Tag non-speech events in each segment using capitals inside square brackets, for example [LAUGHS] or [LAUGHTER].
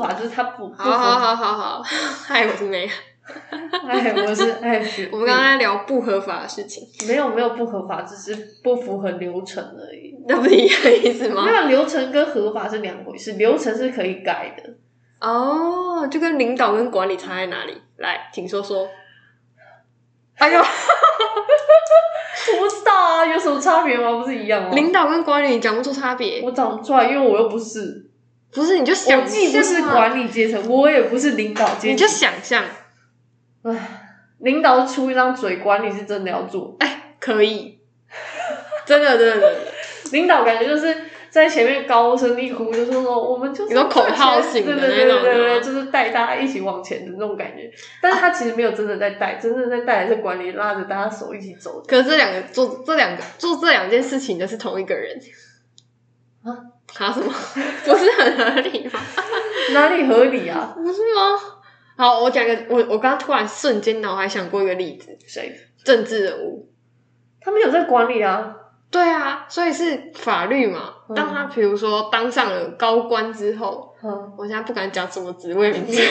法，就是他不不好好好好好， [LAUGHS] 爱我是没有。合法哎，我 [LAUGHS] 是爱学我们刚刚在聊不合法的事情，没有没有不合法，只是不符合流程而已。 [LAUGHS] 那不是一样意思吗？那流程跟合法是两回事，流程是可以改的。哦，就跟领导跟管理差在哪里？来，请说说。哎呦，我不知道啊，有什么差别吗？不是一样吗？领导跟管理讲不出差别，我讲不出来，因为我又不是，不是你就我想既不是象嘛，管理阶层，我也不是领导阶你就层。想象唉，领导出一张嘴，管理是真的要做。可以，真的真的真的。领导感觉就是在前面高声一呼，就说说我们就是你说口号赚钱型的对对对那对种对，吗就是带大家一起往前的那种感觉。但是他其实没有真的在带，真正在带的是管理拉着大家手一起走的。可是这两个做这两个做这两件事情的是同一个人啊？他什么？ [LAUGHS] 不是很合理吗？哪里合理啊？不是吗？好，我讲一个，我我刚刚突然瞬间脑海想过一个例子，谁？政治人物。他们有在管理啊？对啊，所以是法律嘛。嗯当他比如说当上了高官之后，嗯，我现在不敢讲什么职位名你字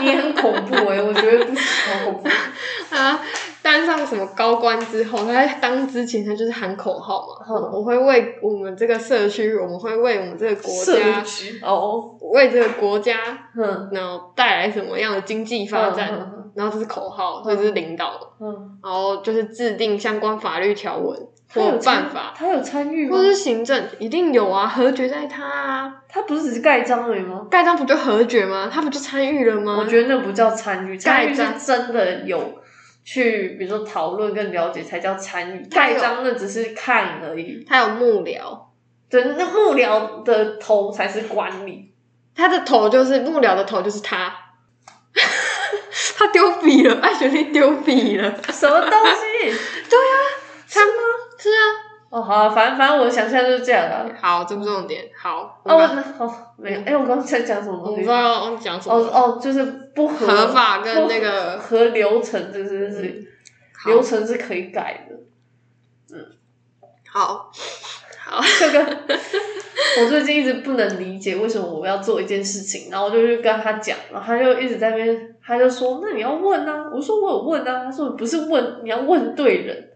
你很恐怖哎、我觉得不行，好恐怖。啊，当上什么高官之后，他在当之前他就是喊口号嘛。嗯我我会为我们这个社区，我们会为我们这个国家社，区哦，为这个国家嗯，然后带来什么样的经济发展，嗯然后这是口号，所以这是领导，嗯，然后就是制定相关法律条文他或有参办法，他有参与吗或？是行政，一定有啊，核决在他啊，他不是只是盖章而已吗？盖章不就核决吗？他不就参与了吗？我觉得那不叫参与，参与嗯盖是章真的有去，比如说讨论跟了解才叫参与。他盖有章那只是看而已，他有幕僚，对，那幕僚的头才是管理。他的头就是幕僚的头就是他。 [LAUGHS] 他丢笔了，艾雪莉丢笔了，什么东 [LAUGHS] 西？他吗？啊是啊，哦，好、啊，反正反正我的想象就是这样的、啊。好，这不重点，好，哦，我我们哦没有，哎、我刚刚在讲什么我东不西知？道要讲什哦么，哦，就是不合合法跟那不个嗯合流程，这是是好流程是可以改的。好，好，这个 [LAUGHS] 我最近一直不能理解为什么我要做一件事情，然后我就去跟他讲，然后他就一直在那边，他就说：“那你要问啊。”我说：“我有问啊。”他说：“不是问，你要问对人。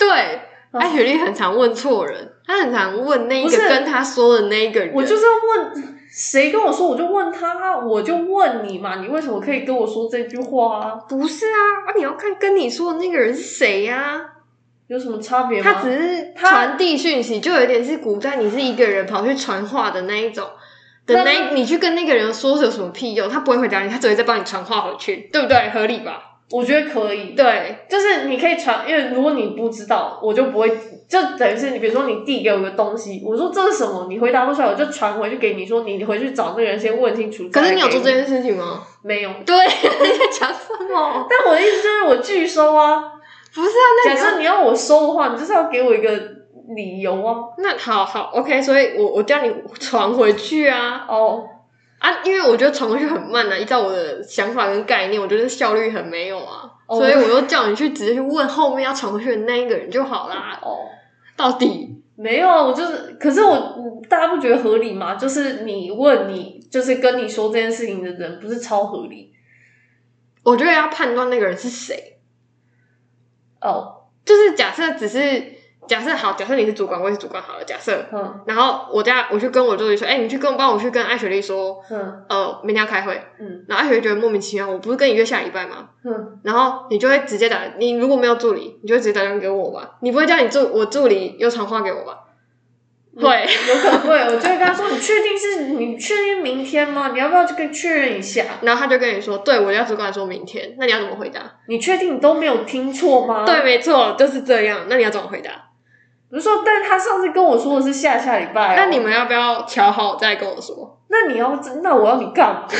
对，啊艾雪莉很常问错人，她很常问那一不个是跟她说的那一个”人。我就是要问谁跟我说，我就问他，啊我就问你嘛，你为什么可以跟我说这句话啊？不是啊，啊你要看跟你说的那个人是谁呀、有什么差别吗？他只是他传递讯息，就有点是古代你是一个人跑去传话的那一种。的那那，你去跟那个人说有什么屁用？他不会回答你，他只会再帮你传话回去，对不对？合理吧？我觉得可以，对，就是你可以传，因为如果你不知道，我就不会，就等于是你，比如说你递给我个东西，我说这是什么，你回答不出来，我就传回去给你说，你回去找那个人先问清楚。可是再你有做给这我件事情吗？没有？对， [LAUGHS] 你在讲什么？但我的意思就是我拒收啊。不是啊，假那你要设你要我收的话，你就是要给我一个理由啊。那好好，OK，所以我我叫你传回去啊，哦，啊，因为我觉得传过去很慢啊，依照我的想法跟概念，我觉得效率很没有啊，哦所以我就叫你去直接去问后面要传过去的那一个人就好啦。哦，到底没有啊，我就是，可是我嗯大家不觉得合理吗？就是你问你，就是跟你说这件事情的人，不是超合理我觉得要判断那个人是谁，哦。就是假设只是假设好，假设你是主管，我也是主管好了，假设，嗯然后我家我去跟我助理说，哎、你去跟帮我去跟艾雪莉说，嗯呃，明天要开会，嗯然后艾雪莉觉得莫名其妙，我不是跟你约下礼拜吗？嗯，然后你就会直接打，你如果没有助理，你就会直接打电话给我吧，你不会叫你助我助理又传话给我吧？嗯会，有可能会，我就会跟他说，你确定是你确定明天吗？你要不要去跟确认一下？然后他就跟你说，对我要主管说明天，那你要怎么回答？你确定你都没有听错吗？对，，没错，就是这样。那你要怎么回答？我就说，但他上次跟我说的是下下礼拜哦、那你们要不要瞧好再跟我说？那你要，那我要你干嘛？ [LAUGHS]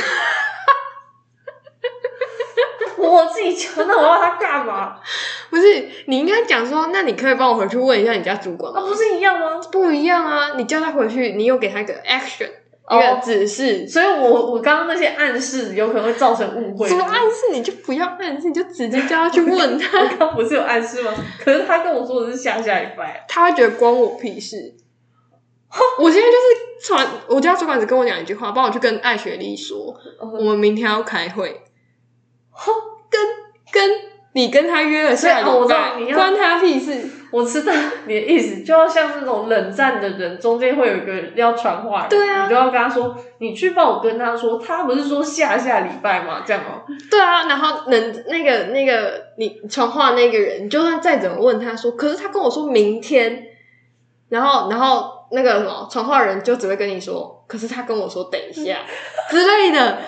我自己求，那我要他干嘛？不是，你应该讲说，那你可以帮我回去问一下你家主管那、吗？不是一样吗？不一样啊，你叫他回去，你又给他一个 action，、一个哦，指示。所以我我刚刚那些暗示有可能会造成误会。什么暗示你就不要暗示，你就直接叫他去问他，我刚不是有暗示吗？可是他跟我说的是下下礼拜， [LAUGHS] 他会觉得关我屁事。我现在就是传我家主管只跟我讲一句话，帮我去跟艾雪莉说，哦我们明天要开会，跟跟你跟他约了下对哦我礼知道拜，你要关他屁事。我知道你的意思，就要像那种冷战的人，中间会有一个人要传话语，对啊你就要跟他说，你去帮我跟他说，他不是说下下礼拜吗？这样哦、对啊，然后能那个那个你传话那个人，你就算再怎么问他说，可是他跟我说明天，然后然后那个什么传话人就只会跟你说，可是他跟我说等一 [LAUGHS] 下之类的，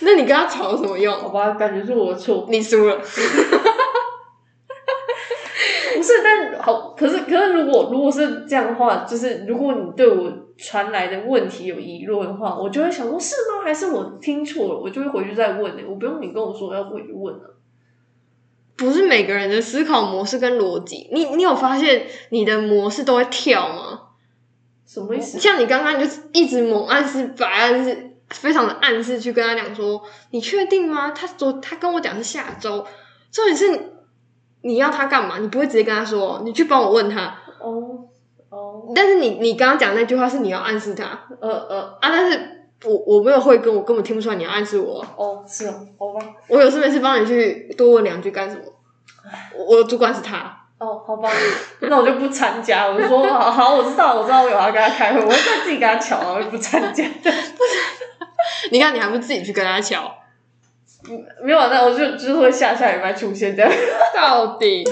那你跟他吵有什么好用？吧，感觉是我的错，你输了，不是，但好，可是可是如果如果是这样的话，就是如果你对我传来的问题有疑论的话，我就会想说，是吗？还是我听错了？我就会回去再问呢、我不用你跟我说要回去问了、不是每个人的思考模式跟逻辑，你你有发现你的模式都会跳吗？什么意思？像你刚刚就是一直猛暗示、白暗示，非常的暗示去跟他讲说，你确定吗？他昨他跟我讲是下周，重点是你要他干嘛？你不会直接跟他说，你去帮我问他。哦哦，但是你你刚刚讲那句话是你要暗示他啊，呃呃，但是我我没有会跟我根本听不出来你要暗示我，哦，是哦，好吧，我有事没事帮你去多问两句干什么？我我主管是他，哦，好吧， [LAUGHS] 那我就不参加。我就说好，好，我知道，我知道，我有要跟他开会，我会再自己跟他巧，我就不参加。 [LAUGHS] 你看你还不自己去跟他瞧，没有，啊那我就就是会下下礼拜出现这样。 [LAUGHS] [LAUGHS] 到底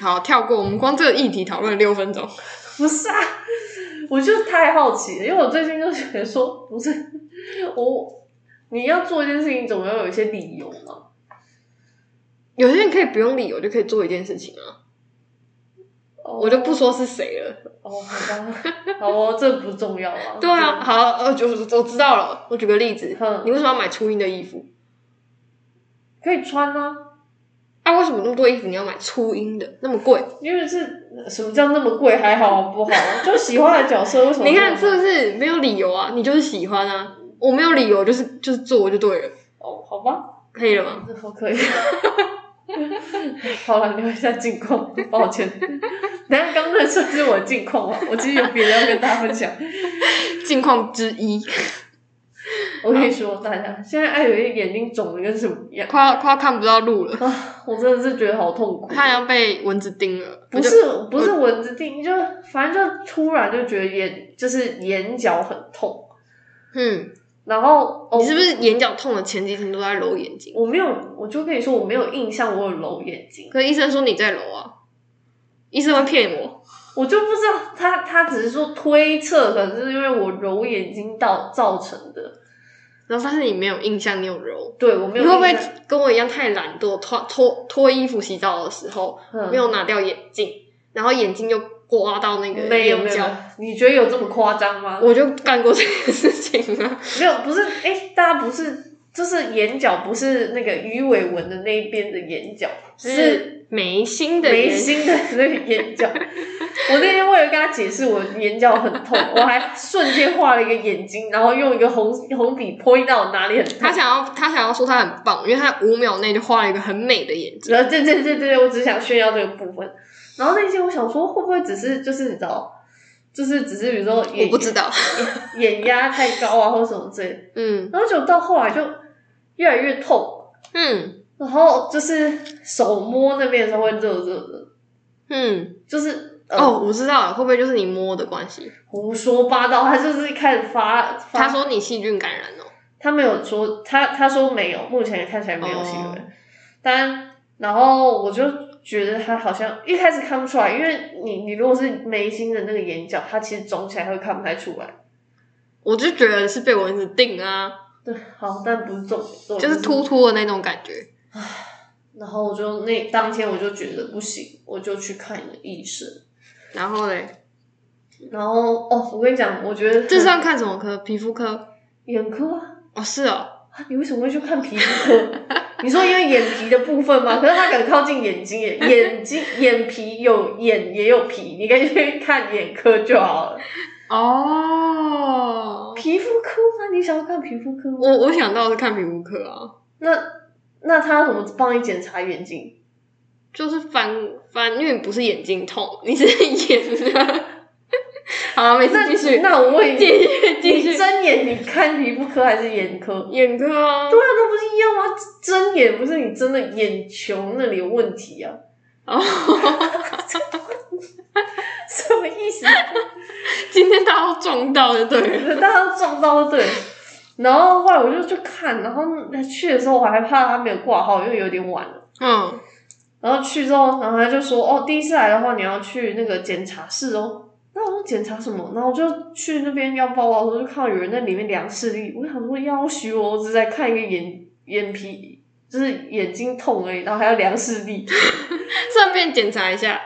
好跳过，我们光这个议题讨论了六分钟。不是啊，我就是太好奇了，因为我最近就觉得说，不是我，你要做一件事情，总要有一些理由嘛。有些人可以不用理由就可以做一件事情啊，哦我就不说是谁了。哦，好吧，好哦，这不重要啊。对啊，好，呃，就我知道了。我举个例子哼，你为什么要买初音的衣服？对，嗯可以穿啊，啊，为什么那么多衣服你要买初音的那么贵？因为是什么叫那么贵，还好不好？就喜欢的角色为什么？你看是不是没有理由啊？你就是喜欢啊，我没有理由，就是就是做就对了，哦，好吧，可以了吗？好可以。 [LAUGHS] 好了，聊一下近况，抱歉。等一下刚那算是我的近况啊，我其实有别的要跟大家分 [LAUGHS] 享。近况之一，我跟你说，大家现在艾瑞眼睛肿的跟什么一样，快要快要看不到路了，我真的是觉得好痛苦。他好像被蚊子叮了。不我就是不是蚊子叮，就反正就突然就觉得眼就是眼角很痛，嗯，然后哦你是不是眼角痛的前几天都在揉眼睛？我没有，我就跟你说我没有印象，我有揉眼睛，可是医生说你在揉啊，医生会骗我。我就不知道他他只是说推测，可能是因为我揉眼睛到造成的。然后发现你没有印象，你有揉。对我没你有会不会印象跟我一样太懒惰，脱脱脱衣服洗澡的时候嗯没有拿掉眼镜，然后眼睛就刮到那个没有眼没有角？，你觉得有这么夸张吗？我就干过这件事情啊！没有，不是，哎、大家不是，就是眼角不是那个鱼尾纹的那一边的眼角， [LAUGHS] 是眉心的眉眼心的那个眼角。我那天为了跟他解释我眼角很痛，我还瞬间画了一个眼睛，然后用一个红红笔泼到我哪里很痛他。想要他想要说他很棒，因为他五秒内就画了一个很美的眼睛。然后呃对对对对，我只想炫耀这个部分。然后那天我想说，会不会只是就是你知道，就是只是比如说我眼不知道，眼眼压太高啊，或者什么之类的。嗯然后就到后来就越来越痛，嗯然后就是手摸那边的时候会热热的，嗯，就是、呃、哦，我知道了，会不会就是你摸的关系？胡说八道，他就是开始发发，他说你细菌感染哦，他没有说他他说没有，目前看起来没有行为，哦但然后我就觉得他好像一开始看不出来，因为你你如果是眉心的那个眼角，它其实肿起来会看不太出来。我就觉得是被蚊子叮啊，对，好，但不是重点，重就点是突突的那种感觉。然后我就那当天我就觉得不行，我就去看了医生。然后嘞，然后哦，我跟你讲，我觉得这是要看什么科？皮肤科？眼科啊，哦，是哦，啊你为什么会去看皮肤 [LAUGHS] 科？你说因为眼皮的部分吗？可是它可能靠近眼睛耶，眼睛眼皮有眼也有皮，你可以去看眼科就好了。哦，皮肤科吗？你想要看皮肤科吗？我我想到的是看皮肤科啊，那那他怎么帮你检查眼睛？ [LAUGHS] 就是翻翻，因为不是眼睛痛，你是眼啊。好，没那事，继续，那我问继你，续，继你续。睁眼你看皮肤科还是眼科？眼科啊对，啊，那不是一样吗？睁眼不是你真的眼球那里有问题啊？[LAUGHS] 哦，什么意思？今天大家都撞到就对了。大家都撞到对。然后后来我就去看，然后去的时候我还怕他没有挂号，因为有点晚了。嗯，然后去之后，然后他就说：“哦，第一次来的话，你要去那个检查室哦。”那我说检查什么？然后我就去那边要报告的时候，就看到有人在里面量视力。我想说要许我，我只是在看一个眼眼皮，就是眼睛痛而已，然后还要量视力。顺便检查一下。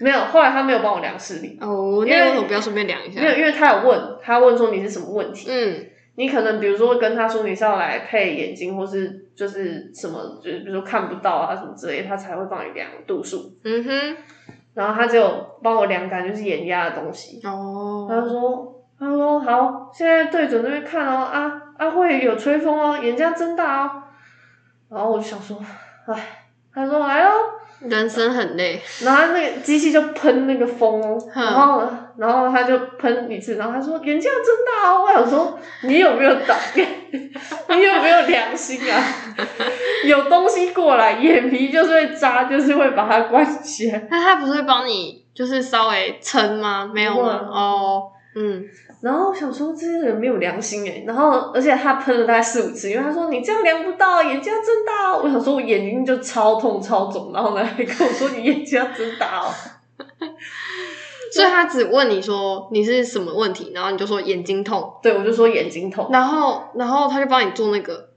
没有，后来他没有帮我量视力，哦，因那为为什么不要顺便量一下没？有，因为他有问，他问说你是什么问题。嗯你可能比如说跟他说你是要来配眼睛，或是就是什么，就是比如说看不到啊什么之类，他才会帮你量度数。嗯哼，然后他只有帮我量感，就是眼压的东西。他就哦，说，他就说好，现在对准那边看哦，啊啊会有吹风哦，眼睛要睁大哦。然后我就想说，唉，他说哎来喽，人生很累。然后那个机器就喷那个风哦，嗯然后呢，然后他就喷一次，然后他说眼睛要睁大哦。我想说你有没有胆？你有没有良心啊？有东西过来，眼皮就是会扎，就是会把它关起来。那他不是会帮你就是稍微撑吗？没有不吗会？哦，嗯，然后我想说这些人没有良心哎、然后而且他喷了大概四五次，因为他说你这样量不到，眼睛要睁大哦。我想说我眼睛就超痛超肿，然后呢还跟我说你眼睛要睁大哦。所以他只问你说你是什么问题，然后你就说眼睛痛，对，我就说眼睛痛。然后然后他就帮你做那个，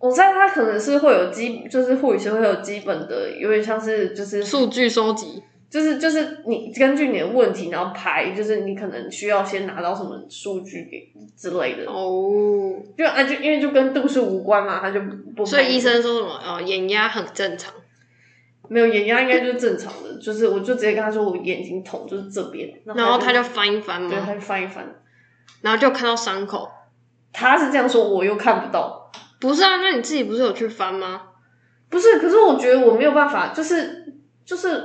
我猜他可能是会有基，就是护理师会有基本的，有点像是就是数据收集。就是就是你根据你的问题，然后排，就是你可能需要先拿到什么数据给之类的，哦，就啊就因为就跟度数无关嘛，他就不。所以医生说什么？哦，眼压很正常。没有眼压应该就是正常的，就是我就直接跟他说我眼睛痛，就是这边，然后他就就翻一翻对嘛，他就翻一翻，然后就看到伤口。他是这样说，我又看不到，不是啊，那你自己不是有去翻吗？不是，可是我觉得我没有办法，就是就是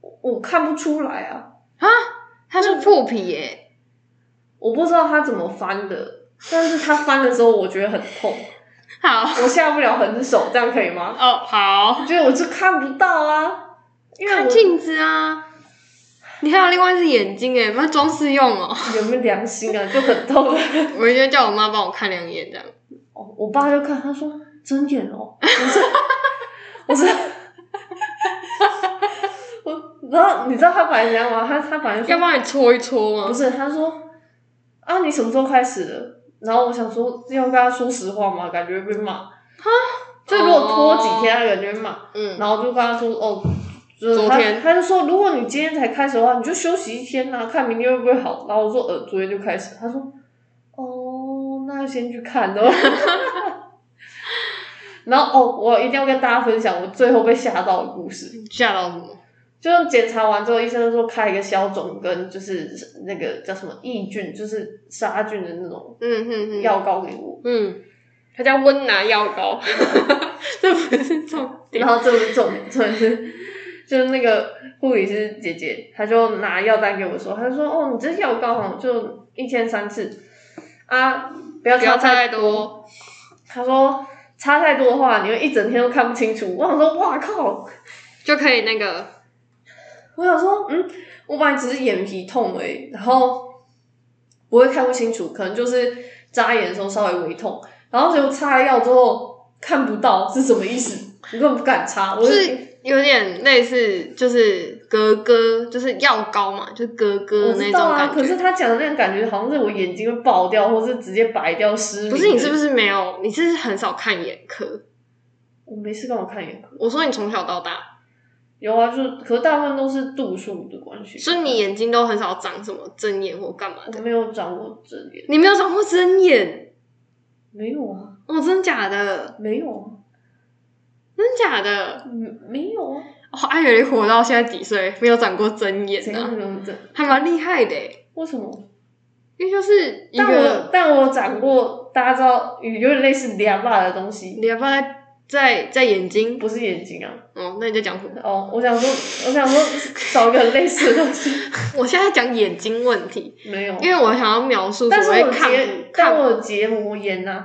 我我看不出来啊。他嗯是破皮耶、我不知道他怎么翻的，但是他翻的时候我觉得很痛，好，我下不了狠手，这样可以吗？哦，好，就是我是看不到啊，因为看我镜子啊。你还有另外一只眼睛哎、不要装饰用哦、有没有良心啊，就很痛。 [LAUGHS] 我就叫我妈帮我看两眼这样。哦我爸就看，他说睁眼哦，我是我是。我，然后你知道他本来怎样吗？他他本来要说帮你搓一搓不吗？是，他说啊，你什么时候开始的？然后我想说要跟他说实话嘛，感觉被骂啊。就如果拖哦几天，他感觉被骂。嗯，然后就跟他说哦，就是昨他天他就说，如果你今天才开始的话，你就休息一天呐、啊看明天会不会好。然后我说呃，昨天就开始，他说哦，那要先去看的。 [LAUGHS] 然后哦，我一定要跟大家分享我最后被吓到的故事。吓到什么？就是检查完之后，医生就说开一个消肿跟就是那个叫什么抑菌，就是杀菌的那种嗯哼哼，药膏给我。嗯，它叫温拿药膏， [LAUGHS] 这不是重点然。后这不是重点，重点是就是那个护理师姐姐，她就拿药单给我说，她就说哦，你这药膏哦，就一天三次啊，不要不要擦擦太多。多，她说擦太多的话，你会一整天都看不清楚。我想说，哇靠！ [LAUGHS] 就可以那个我想说，嗯，我本来只是眼皮痛而已，然后不会看不清楚，可能就是眨眼的时候稍微微痛，然后结果擦了药之后看不到是什么意思，我根本不敢擦，我就就是有点类似，就是格格，就是药膏嘛，就是格格我的那知道种啊，可感是觉。他讲的那个感觉，好像是我眼睛会爆掉，或是直接白掉失明。不是你是不是？是没有？你是不是很少看眼科？我没事干嘛看眼科？我说你从小到大，有啊，就是，可是大部分都是度数的关系。所以你眼睛都很少长什么针眼或干嘛我的。没有长过这点，你没有长过针眼？没有啊，哦，真假的？没有啊，真假的？嗯，没有啊，哦，艾蕊莉活到现在几岁，没有长过针眼怎呢、样没有长？还蛮厉害的欸。为什么？因为就是一但我个但我长过，大家知道有点类似凉辣的东西，你要不要再在在眼睛。不是眼睛啊。哦，那你在讲什么？哦，我想说，我想说找个很类似的东西，我现在讲眼睛问题，没有。因为我想要描述但是所我谓有看结不，但我看，有结膜炎啊呐、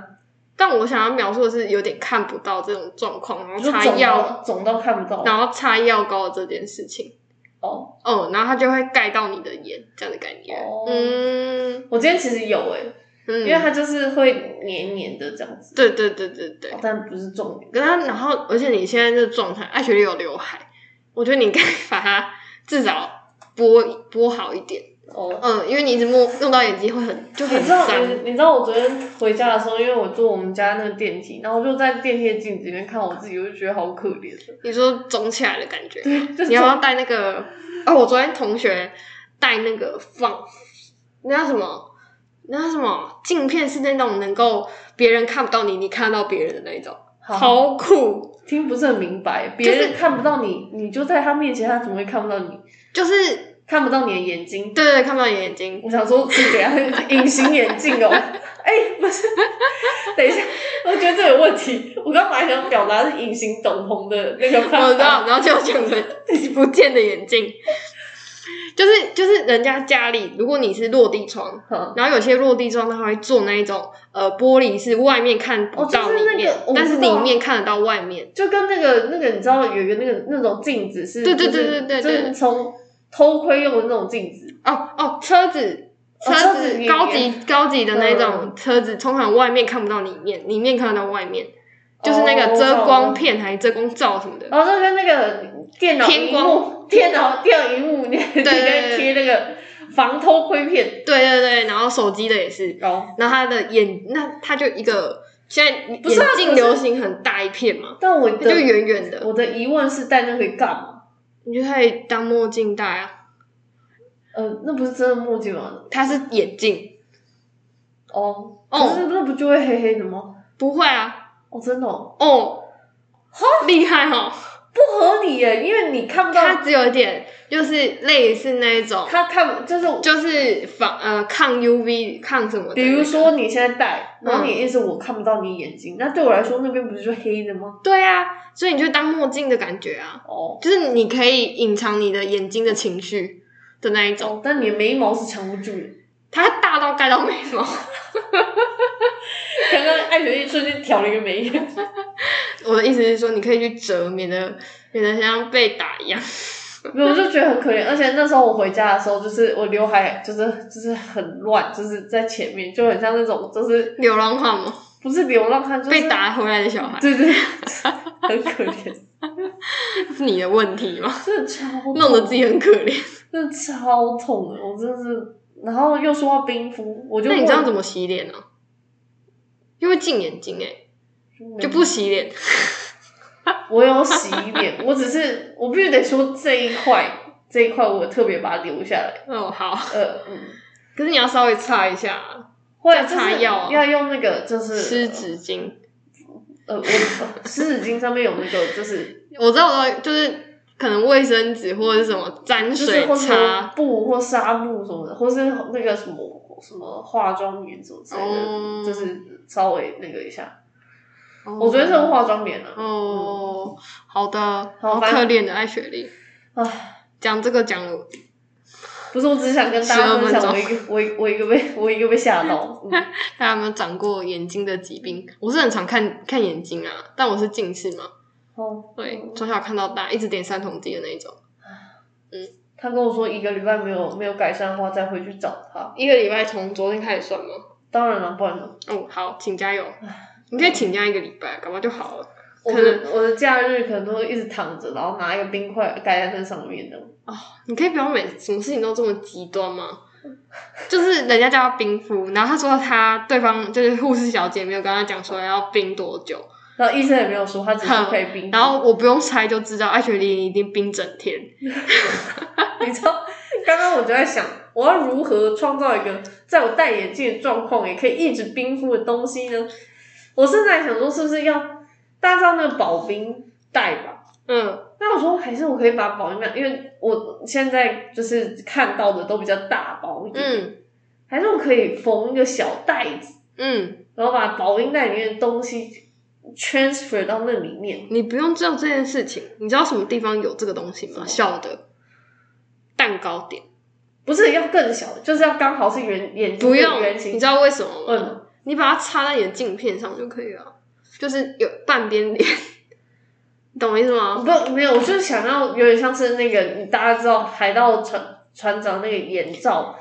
但我想要描述的是有点看不到这种状况，然啊，后就擦肿药，到肿到看不到。然后擦药膏这件事情。哦，哦，然后它就会盖到你的眼，这样的概念。哦嗯我今天其实有诶、嗯，因为它就是会黏黏的这样子，对对对对对，但不是重点。跟他，然后而且你现在这个状态，艾雪莉有刘海，我觉得你应该 [LAUGHS] 把它至少拨拨好一点。哦，嗯，因为你一直摸弄到眼睛会很就你哦很知道脏。你你知道我昨天回家的时候，因为我坐我们家那个电梯，然后我就在电梯的镜子里面看我自己，我就觉得好可怜。哦你说肿起来的感觉，对，就是你要不要戴那个？哦，我昨天同学戴那个放，那叫什么？那叫什么？镜片是那种能够别人看不到你，你看得到别人的那一种，好好酷。听不是很明白，别就是人看不到你，你就在他面前，他怎么会看不到你？就是看不到你的眼睛。对对，看不到你的眼睛，我想说是怎样隐形眼镜 [LAUGHS] 哦？哎、不是，等一下，我觉得这有问题。我刚本来想表达是隐形斗篷的那个方法， [LAUGHS] 我知道，然后就讲 [LAUGHS] 成不见的眼镜，就是就是人家家里，如果你是落地窗，嗯。然后有些落地窗它还会做那一种呃玻璃是外面看不到哦就是里那个面，我但是知道里啊面看得到外面，就跟那个那个，你知道有一个那个那种镜子是，对对就是对对对就是从偷窥用的那种镜子，哦哦，车子。哦车车子子里高级面高级的那种嗯车子，通常外面看不到里面，里面看得到外面，就是那哦个我知道遮光我知道片还是遮光罩什么的。然后就跟那个电脑偏屏幕，电脑电脑荧幕你你对可以贴那个防偷窥片，对对对，然后手机的也是，然后，然后他的眼，那他就一个现在眼不是啊镜可是流行很大一片嘛，但我它就的圆圆的，我的疑问是戴那可以干嘛？你就可以当墨镜戴啊。呃，那不是真的墨镜吗？它是眼镜，哦，哦可是那不就会黑黑的吗？不会啊，哦，真的、哦、哦，厉害哦，不合理耶，因为你看不到它只有一点就是类似那种，他看就是就是防呃抗 UV 抗什么的，比如，说你现在戴，然后你嗯的意思我看不到你眼睛，那对我来说那边不是就黑的吗？对啊，所以你就当墨镜的感觉啊，哦，就是你可以隐藏你的眼睛的情绪的那一种，哦，但你的眉毛是藏不住的。它大到盖到眉毛。刚刚艾雪一瞬间挑了一个眉眼。我的意思是说，你可以去折，免得免得像被打一样。没有，我就觉得很可怜。而且那时候我回家的时候，就是我刘海就是就是很乱，就是在前面，就很像那种就是流浪汉吗？不是流浪汉，就是被，打回来的小孩，对对，对 [LAUGHS] 很可怜，是你的问题吗？真的超痛弄得自己很可怜。真的超痛的，我真的是。然后又说到冰敷，我就那你这样怎么么洗脸呢、因为进眼睛哎、就不洗脸。我有洗脸，我只是我必须得说这一块这一块我特别把它留下来，哦，好。呃，嗯，可是你要稍微擦一下啊，或要者擦药啊要用那个就是湿纸巾。呃，我湿纸巾上面有那个，就是我知道，我知道，就是可能卫生纸或者是什么沾就是水或是擦。布或纱布什么的，或是那个什么什么化妆棉什么之类的，哦就是稍微那个一下。哦我觉得是化妆棉啊，哦，好的，好好反可怜的艾雪莉。唉，讲这个讲了不是，我只是想跟大家12分享我分一个我一我一个被我一个被吓 [LAUGHS] 到，嗯大家有没有长过眼睛的疾病？我是很常看看眼睛啊，但我是近视嘛， [LAUGHS] 哦，对，嗯从小看到大，一直点三筒剂的那一种，他跟我说一个礼拜没有没有改善的话，再回去找他。一个礼拜从昨天开始算吗？当然了，不然呢？哦，好，请加油，你可以请假一个礼拜，搞不好就好了。我可能的我的假日可能都一直躺着，然后拿一个冰块盖在那上面的。你可以不要每什么事情都这么极端吗？就是人家叫他冰敷，然后他说他对方就是护士小姐没有跟他讲说要冰多久，然后医生也没有说，他只是可以冰敷。然后我不用猜就知道艾雪莉一定冰整天。你知道，刚刚我就在想，我要如何创造一个在我戴眼镜的状况也可以一直冰敷的东西呢？我甚至还想说，是不是要大家知道那个保冰袋吧？嗯，那我说，还是我可以把保冰袋，因为我现在就是看到的都比较大包一点，嗯还是我可以缝一个小袋子，嗯，然后把保冰袋里面的东西 transfer 到那里面。你不用做这件事情，你知道什么地方有这个东西吗？小的蛋糕店不是要更小，就是要刚好是圆眼睛不的用，圆你形知。道为什么吗？嗯，你把它插在你的镜片上就可以了，就是有半边脸，你懂我意思哦吗？不没有，我就是想要有点像是那个大家知道海盗船船长那个眼罩，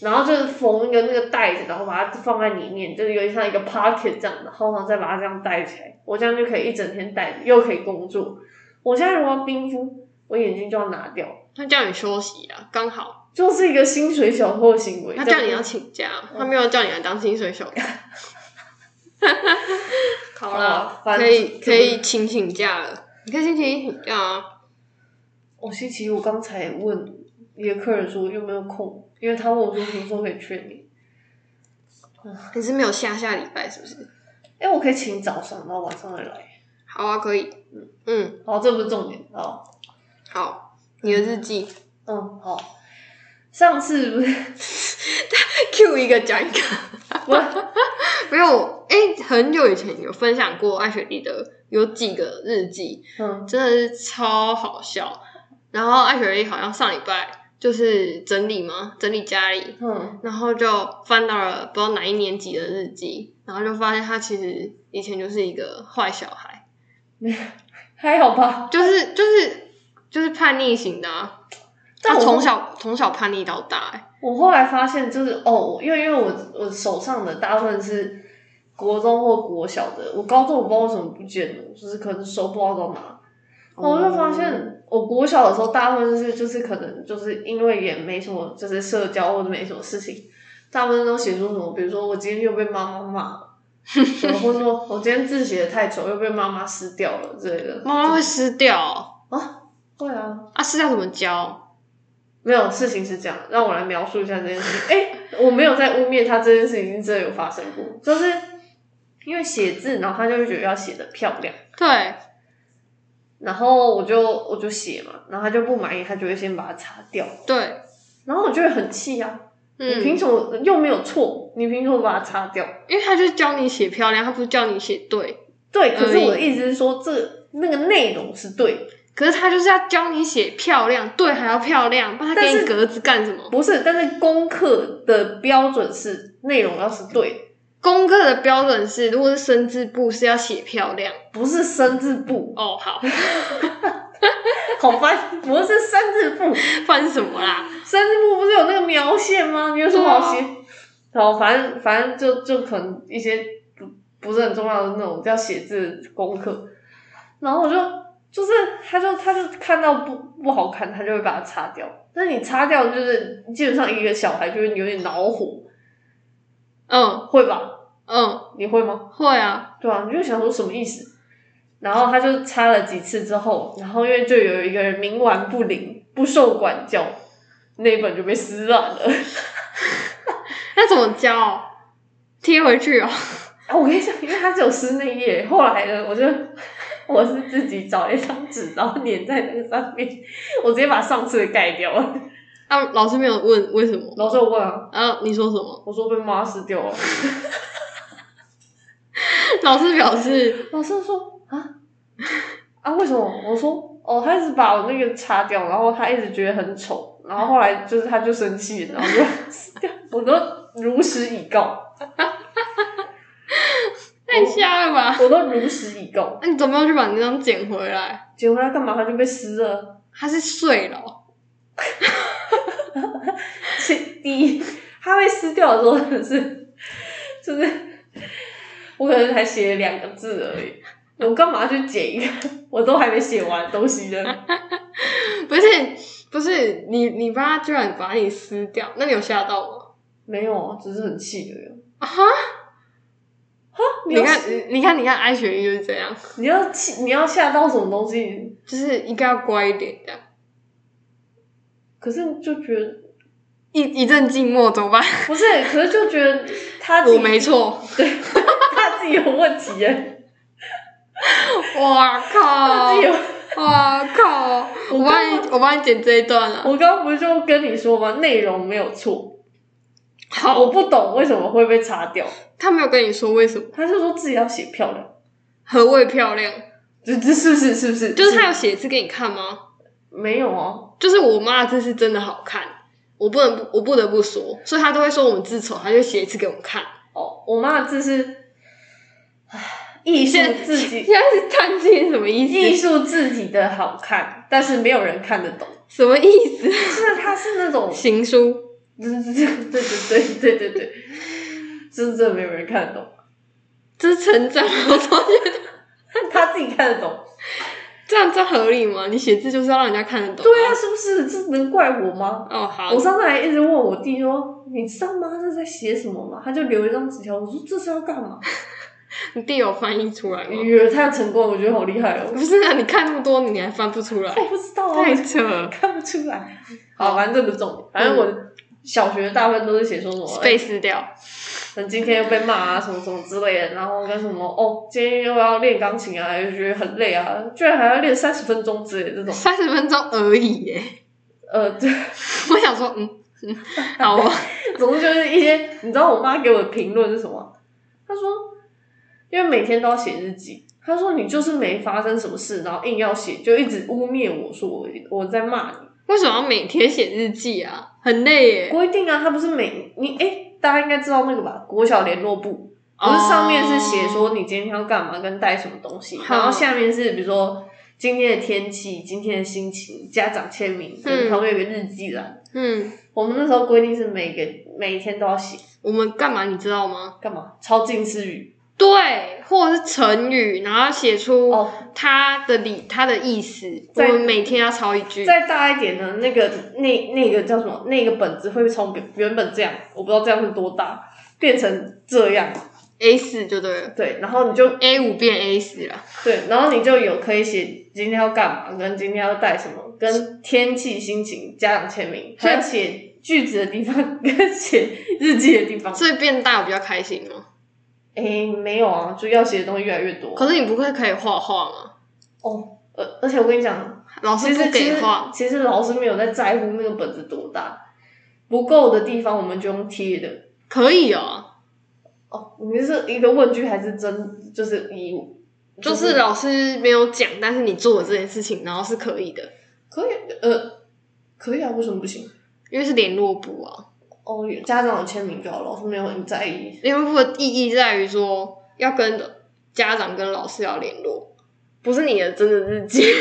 然后就是缝一个那个袋子，然后把它放在里面，就是有点像一个 pocket 这样，然后呢再把它这样戴起来，我这样就可以一整天戴着，又可以工作。我现在如果要冰敷，我眼睛就要拿掉，他叫你休息啊，刚好。就是一个薪水小偷的行为。他这叫样你要请假，嗯他没有叫你来当薪水 [LAUGHS] 小偷。好了，反正可以可以请请假了，你可以星期一请假啊。我星期五刚才问一个客人说有没有空，因为他问我说什么时候可以确定。你是没有下下礼拜是不是？哎、我可以请早上，然后晚上再来。好啊，可以。嗯，好，哦这不是重点。好，好，你的日记嗯，好。上次不是 Q 一个讲一个。我 [LAUGHS] 没有，哎、很久以前有分享过艾雪莉的有几个日记，嗯真的是超好笑。然后艾雪莉好像上礼拜就是整理嘛，整理家里，嗯然后就翻到了不知道哪一年级的日记，然后就发现她其实以前就是一个坏小孩，还好吧？就是就是就是叛逆型的、啊。但他我从小从小叛逆到大、欸，我后来发现就是哦，因为因为我我手上的大部分是国中或国小的，我高中我不知道为什么不见了，就是可能手不知道到哪。我就发哦现，我国小的时候，大部分是就是可能就是因为也没什么，就是社交或者没什么事情，大部分都写出什么，比如说我今天又被妈妈骂 [LAUGHS] 了，然后或者说我今天字写的太丑，又被妈妈撕掉了之类的。妈妈会撕掉会啊，啊，撕掉怎么教？没有事情是这样，让我来描述一下这件事情。哎、我没有在污蔑他，这件事情是真的有发生过，就是因为写字，然后他就会觉得要写的漂亮。对，然后我就我就写嘛，然后他就不满意，他就会先把它擦掉，对，然后我就会很气啊，你嗯，凭什么又没有错？你凭什么把它擦掉？因为他就教你写漂亮，他不是教你写对，对，可是而已我的意思是说，这那个内容是对，可是他就是要教你写漂亮，对还要漂亮，不然他但给是你格子干什么？不是？但是功课的标准是内容要是对，功课的标准是，如果是生字部是要写漂亮。不是生字部，哦，好， [LAUGHS] 好烦，不是生字部，不然是什么啦？生字部不是有那个描线吗？你有什么好写对？然后反正反正就就可能一些不不是很重要的那种叫写字功课，然后我就就是他就他就看到不不好看，他就会把它擦掉。那你擦掉就是基本上一个小孩就会有点恼火，嗯会吧？嗯，你会吗？会啊，对啊，你就想说什么意思？然后他就擦了几次之后，然后因为就有一个人冥顽不灵、不受管教，那一本就被撕烂了。那怎么教？哦贴回去哦。啊，我跟你讲，因为它只有室内页，后来呢，我就 [LAUGHS] 我是自己找了一张纸，然后粘在那个上面，我直接把上次的盖掉了。啊，老师没有问为什么？老师我问啊，啊，你说什么？我说被妈撕掉了，老师表示，老师说啊 [LAUGHS] 啊为什么？我说哦，他一直把我那个擦掉，然后他一直觉得很丑，然后后来就是他就生气，然后就撕掉，我都如实以告，太瞎了吧？我都如实以告，那、你怎么没有去把那张捡回来？捡回来干嘛？他就被撕了。它是碎了哦。是第一，它被撕掉的时候真的是，就是我可能才写了两个字而已，我干嘛去剪一个我都还没写完的东西呢？ [LAUGHS] 不是不是，你你爸居然把你撕掉，那你有吓到吗？没有啊，只是很气而已。啊哈！哈，你你要看你看你看，安雪玉就是这样，你要气，你要吓到什么东西？就是应该要乖一点这样。可是就觉得一一阵静默怎么办？不是，可是就觉得他自 [LAUGHS] 我己没错，他自己有问题耶，哇他靠 [LAUGHS] 自己，有。哇靠！我帮你我帮你剪这一段啊了。我刚刚不是就跟你说吗？内容没有错，好我，不懂为什么会被擦掉。他没有跟你说为什么，他就说自己要写漂亮。何谓漂亮？这这是不是是不是？就是他有写字给你看吗？没有哦，就是我妈的字是真的好看，我不能不我不得不说，所以她都会说我们字丑，她就写一次给我们看。哦，我妈的字是，唉艺术自己现 [LAUGHS] 在是叹气什么意思？艺术自己的好看，但是没有人看得懂。什么意思？是它是那种行书对对对对对对对，真正没有人看得懂，这是成长，我都觉得他自己看得懂。这样这合理吗？你写字就是要让人家看得懂。对啊，是不是？这能怪我吗？哦好我，上次还一直问我弟说：“你知道吗？这在写什么吗？”他就留一张纸条，我说：“这是要干嘛你弟有翻译出来？”吗？女儿他成功，我觉得好厉害哦！不是啊，你看那么多，你还翻不出来，我不知道啊，太扯了。看不出来。好，反正这不是重点。反正我小学大部分都是写说什么，被撕掉，那今天又被骂啊，什么什么之类的，然后跟什么哦，今天又要练钢琴啊，又觉得很累啊，居然还要练三十分钟之类的这种，三十分钟而已耶。呃， [LAUGHS] 对，我想说，嗯 [LAUGHS] 嗯，好哦，总之就是一些，你知道我妈给我的评论是什么？她说，因为每天都要写日记，她说你就是没发生什么事，然后硬要写，就一直污蔑我说我我在骂你，为什么要每天写日记啊？很累耶。规定啊，她不是每你哎、大家应该知道那个吧，国小联络部，不是上面是写说你今天要干嘛跟带什么东西，哦好然后下面是比如说今天的天气、今天的心情、家长签名，嗯跟旁边有个日记栏。哦，嗯，我们那时候规定是每个每天都要写，我们干嘛你知道吗？干嘛？抄近似语对，或者是成语，然后写出哦。它的理、它的意思。我在们每天要抄一句。再大一点的那个那那个叫什么？那个本子会从原本这样，我不知道这样是多大，变成这样。 A 四就对了对，然后你就，A 五变 A 四了。对，然后你就有可以写今天要干嘛，跟今天要带什么，跟天气、心情、家长签名，所以还有写句子的地方跟写日记的地方。所以变大我比较开心哦吗？诶，没有啊，就要写的东西越来越多。可是你不会可以画画吗？哦，呃，而且我跟你讲，老其师实不其给实画，其实老师没有在在乎那个本子多大，不够的地方我们就用贴的。可以哦。哦，你是一个问句还是真就是以就是老师没有讲，但是你做了这件事情，然后是可以的，可以呃可以啊，为什么不行？因为是联络部啊。哦，家长有签名就好，老师没有很在意。联络部的意义在于说，要跟家长跟老师要联络，不是你的真的日记。 [LAUGHS]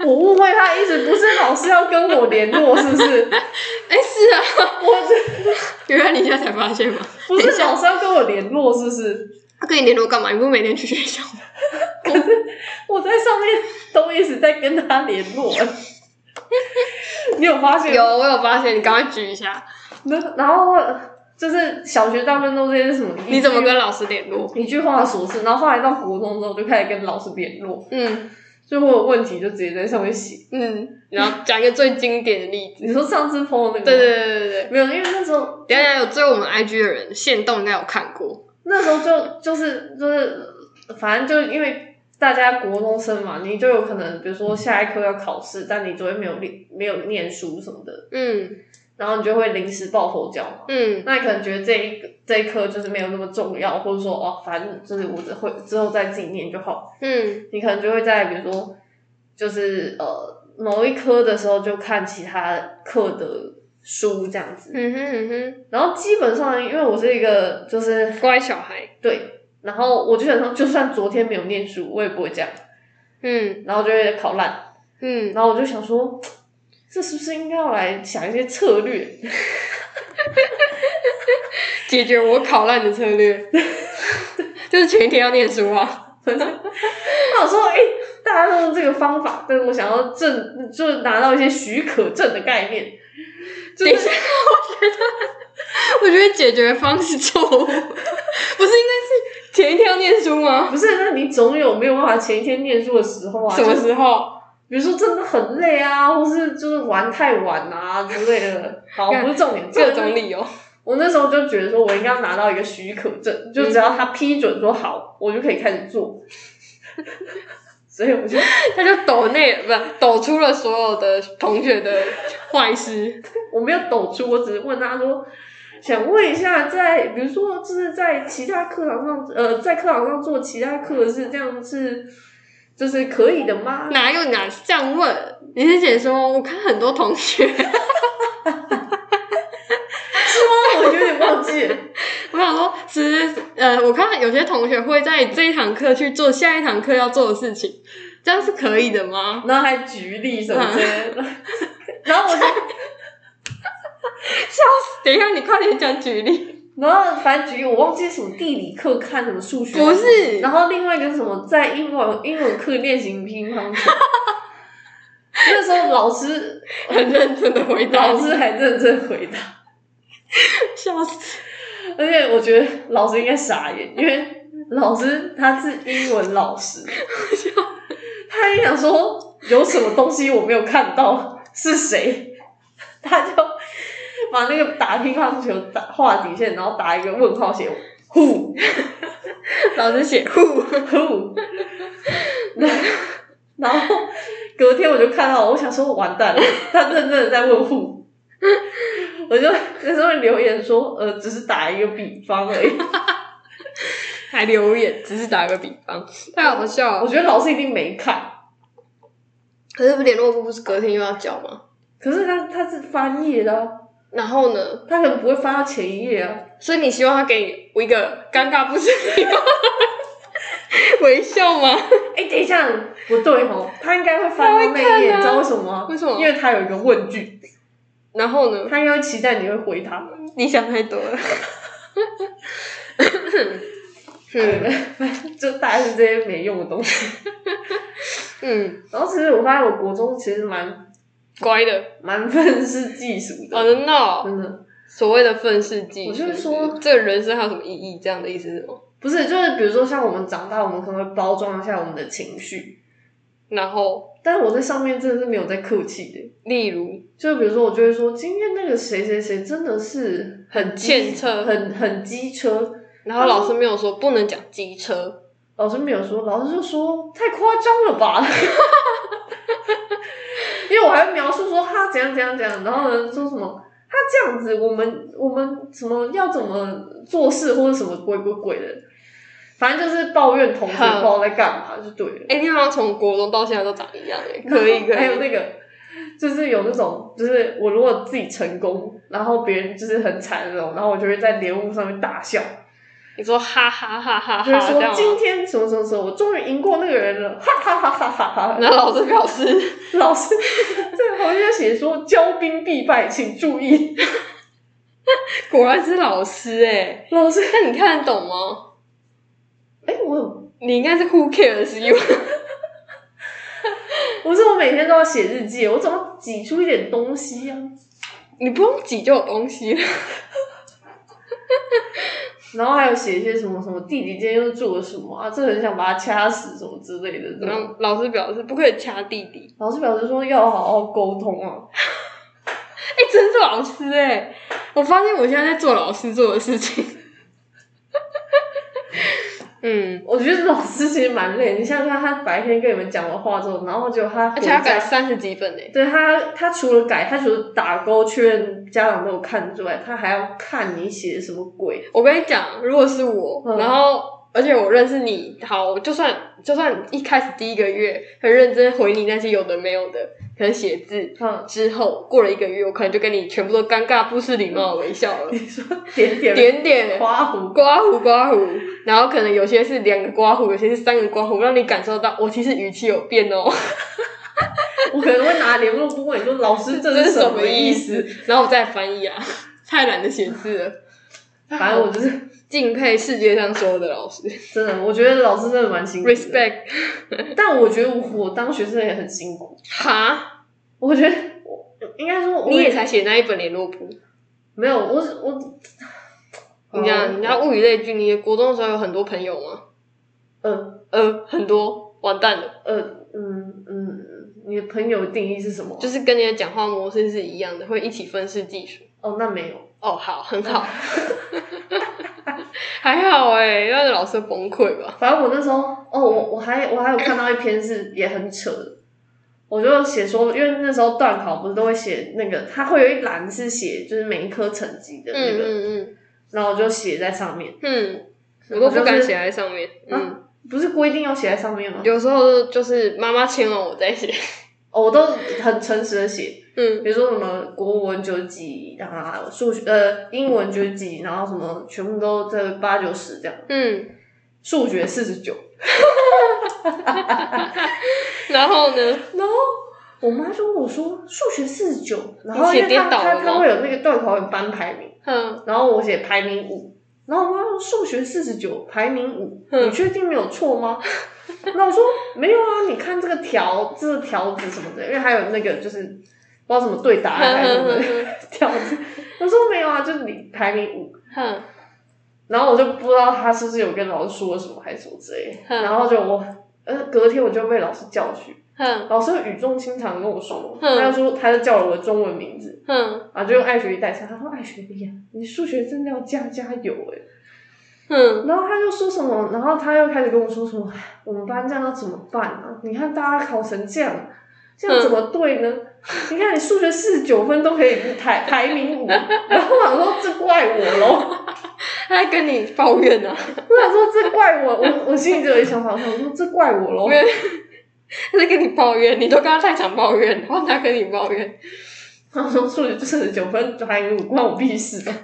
[LAUGHS] 我误会他意思，不是老师要跟我联络，是不是？ [LAUGHS] 哎、是啊，我这原来你现在才发现吗？不是老师要跟我联络，是不是？他跟你联络干嘛？你不是每天去学校吗？我在上面都一直在跟他联络。 [LAUGHS] 你有发现？有，。我有发现，你赶快举一下，那然后就是小学大部分都这些什么？你怎么跟老师联络？一句话琐事，然后后来到国中之后就开始跟老师联络，嗯所以我有问题就直接在上面写。嗯，然后讲一个最经典的例子。你说上次 PO 的那个？对对对对对，没有，因为那时候等一下有追我们 IG 的人，线动应该有看过。那时候就就是就是，反正就因为大家国中生嘛，你就有可能，比如说下一科要考试，但你昨天没有练没有念书什么的，嗯然后你就会临时抱佛脚嘛。嗯，那你可能觉得这一个这一科就是没有那么重要，或者说哦，反正就是我只会之后再自己念就好。嗯你可能就会在比如说就是呃某一科的时候就看其他课的书这样子。嗯哼嗯然后基本上因为我是一个就是哼，乖小孩，对，然后我基本上就算昨天没有念书，我也不会这样，嗯然后就会考烂。嗯，然后我就想说，这是不是应该要来想一些策略？ [LAUGHS] 解决我考烂的策略， [LAUGHS] 就是全天要念书啊。那我说，哎、大家都用这个方法，但是我想要证，就拿到一些许可证的概念。就等一是下，我觉得解决方式错误，不是应该是前一天要念书吗？不是？那你总有没有办法前一天念书的时候啊？什么就是时候？比如说真的很累啊，或是就是玩太晚啊之类的。好，不是重点，这各种理哦由。我那时候就觉得说，我应该要拿到一个许可证，就只要他批准说好，我就可以开始做。 [LAUGHS] 所以我就 [LAUGHS] 他就抖内不抖出了所有的同学的坏事。我没有抖出，我只是问他说：“想问一下在，比如说就是在其他课堂上，呃，在课堂上做其他课是这样是，就是可以的吗？ [LAUGHS] 哪有哪这样问？你是姐说，我看很多同学， [LAUGHS] 是吗？我有点忘记了。我想说，其实呃，我看有些同学会在这一堂课去做下一堂课要做的事情，这样是可以的吗？然后还举例什么之类嗯的。 [LAUGHS] 然后我就，等一下，你快点讲举例。然后反正举例，我忘记什么地理课看什么数学，不是，然后另外一个是什么在英文英文课练习乒乓球。 [LAUGHS] 那时候老师很认真的回答老你，师还认真回答，笑死。而且我觉得老师应该傻眼，因为老师他是英文老师，他也想说有什么东西我没有看到是谁，他就把那个打乒乓球打画底线，然后打一个问号写 who 老师写 who， who，然 [LAUGHS] 后然后隔天我就看到了，我想说完蛋了，他认真的在问 who。我就那时候留言说，呃，只是打一个比方而已。还留言，只是打个比方，太好笑我了。觉得老师一定没看，可是联络部不是隔天又要交吗？可是他他是翻页的啊、然后呢？他可能不会翻到前一页啊。所以你希望他给你我一个尴尬不是礼 [LAUGHS] 貌微笑吗？哎、等一下，不对哦，他应该会翻到那一页，他会看啊你知道为什么吗？为什么因为他有一个问句，然后呢？他应该会期待你会回他。你想太 [LAUGHS] 多了。嗯嗯， [LAUGHS] 就大概是这些没用的东西。嗯，然后其实我发现，我国中其实蛮乖的。蛮愤世嫉俗哦，的，真的哦，真的所谓的愤世嫉俗，我就是说这个人生还有什么意义？这样的意思是什么？不是就是比如说像我们长大，我们可能会包装一下我们的情绪，然后，但是我在上面真的是没有在客气的。例如，就比如说，我就会说，今天那个谁谁谁真的是很机欠车很很机车。然后老师没有说不能讲机车，老师没有说，老师就说太夸张了吧。 [LAUGHS] 因为我还描述说他怎样怎样怎样，然后呢说什么他这样子，我们我们什么要怎么做事或者什么鬼鬼鬼的，反正就是抱怨同学不知道在干嘛就对了。哎、你好像从国中到现在都长一样哎，可以可以。还有那个，就是有那种，就是我如果自己成功，然后别人就是很惨的那种，然后我就会在联物上面大笑，你说哈哈哈哈就是哈这说样今吗？天什么什么什么，我终于赢过那个人了，哈哈哈哈哈哈。然后老师表示， [LAUGHS] 老师在旁边写说骄兵必败，请注意。果然是老师哎。老师，那你看得懂吗？哎、我你应该是 who cares you？我是我每天都要写日记，我总要挤出一点东西呀、你不用挤就有东西了。然后还有写一些什么什么弟弟今天又做了什么啊，这很想把他掐死什么之类的这然种。后老师表示不可以掐弟弟。老师表示说要好好沟通啊。哎、真是老师哎！我发现我现在在做老师做的事情。嗯，我觉得老师其实蛮累，你想想看，他白天跟你们讲完话之后，然后就他而回且他家，改三十几分哎。对他，他除了改，他除了打勾确认家长都有看之外，他还要看你写的什么鬼。我跟你讲，如果是我，嗯然后而且我认识你，好，就算就算一开始第一个月很认真回你那些有的没有的，可能写字。嗯，之后过了一个月，我可能就跟你全部都尴尬、不失礼貌的微笑了你，说点点点点花胡，刮胡刮胡，然后可能有些是两个刮胡，有些是三个刮胡，让你感受到我其实语气有变哦，我可能会拿联络簿问你说，老师这是是什么么意思思？？然后我再翻译啊， [LAUGHS] 太懒得写字了。反正我就是敬佩世界上所有的 [LAUGHS] 老师真的，我觉得老师真的蛮辛苦的。 ，respect 但我觉得我当学生也很辛苦。哈，我觉得我应该说我你也才写那一本联络簿，没有，我是我。哦你讲，你知道物以类聚，你国中的时候有很多朋友吗？嗯。呃，很多，完蛋了，呃，嗯嗯，你的朋友的定义是什么？就是是跟你的讲话模式是一样的，会一起分析技术。哦，那没有，哦，好，很 [LAUGHS] 好，还好哎、欸，让老师崩溃吧。反正我那时候，哦，我我还我还有看到一篇是也很扯的，我就写说，因为那时候段考不是都会写那个，它会有一栏是写就是每一科成绩的那嗯个，嗯然后我就写在上面，嗯嗯，我都不敢写在上面。啊嗯，不是规定要写在上面吗？有时候就是妈妈签完我再写。哦我都很诚实的写，嗯比如说什么国文九几，然后数学呃英文九几，然后什么全部都在八九十这样，嗯，数学四十九，然后呢？然后我妈就问我说数学四十九，然后你写因为她颠倒她了吗她会有那个段考有班排名。嗯然后我写排名五，然后我妈说数学四十九排名五，嗯你确定没有错吗？ [LAUGHS] 那我说没有啊，你看这个条，这个条子什么的，因为还有那个就是不知道什么对嗯答案还是什么的条子，我说没有啊，就是你排名五，哼然后我就不知道他是不是有跟老师说了什么还是什么之类的，嗯然后就我呃隔天我就被老师叫去，哼老师语重心长地跟我说，嗯他就说他就叫了我的中文名字，哼啊，就用爱学力代称。他说：“爱学力啊，你数学真的要加加油哎、哼，然后他就说什么，然后他又开始跟我说什么，哎我们班这样要怎么办啊？你看大家考成这样，这样怎么对呢？你看你数学四十九分都可以排排名五，然后我想说这怪我喽，他在跟你抱怨呢、啊，我想说这怪我，我我心里就有一想法，我想说这怪我喽没。有，他在跟你抱怨，你都跟他太常抱怨，然后他跟你抱怨。他说数学四十九分排名五，关我屁事啊！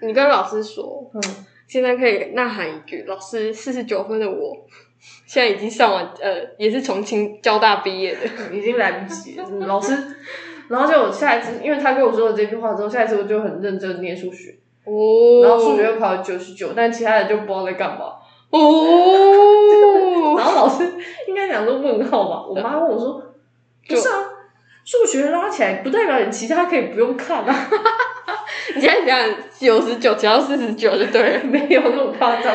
你跟老师说，嗯，现在可以呐喊一句：“老师，四十九分的我，现在已经上完呃，也是重庆交大毕业的。已经来不及了。嗯老师，然后就我下一次，因为他跟我说了这句话之后，下一次我就很认真地念数学，”哦然后数学又考了九十九，但其他的就不知道在干嘛。哦，然后老师应该讲说问号吧，我妈问我 [LAUGHS] 说，不就是啊。数学拉起来不代表你其他可以不用看啊，你现在讲九十九，只要四十九就对了。没有那么夸张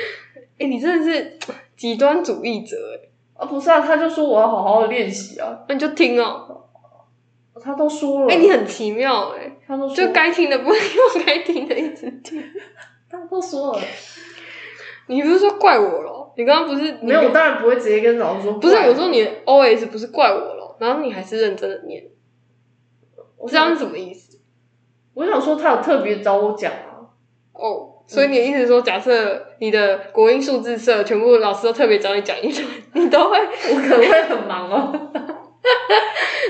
[LAUGHS] 哎、你真的是极端主义者哎！啊！不是啊，他就说我要好好的练习啊，那你就听哦，他都说了，哎、你很奇妙哎，他都说就该听的不用，该听的一直听。他都说了，你不是说怪我咯？你刚刚不是没有，我？当然不会直接跟老师说，不是我说，你 always 不是怪我咯，然后你还是认真的念，我这样想是什么意思？我想说他有特别找我讲啊， [LAUGHS] 哦，所以你的意思是说，假设你的国音数字社全部老师都特别找你讲一讲，你都会我可能会很忙哦。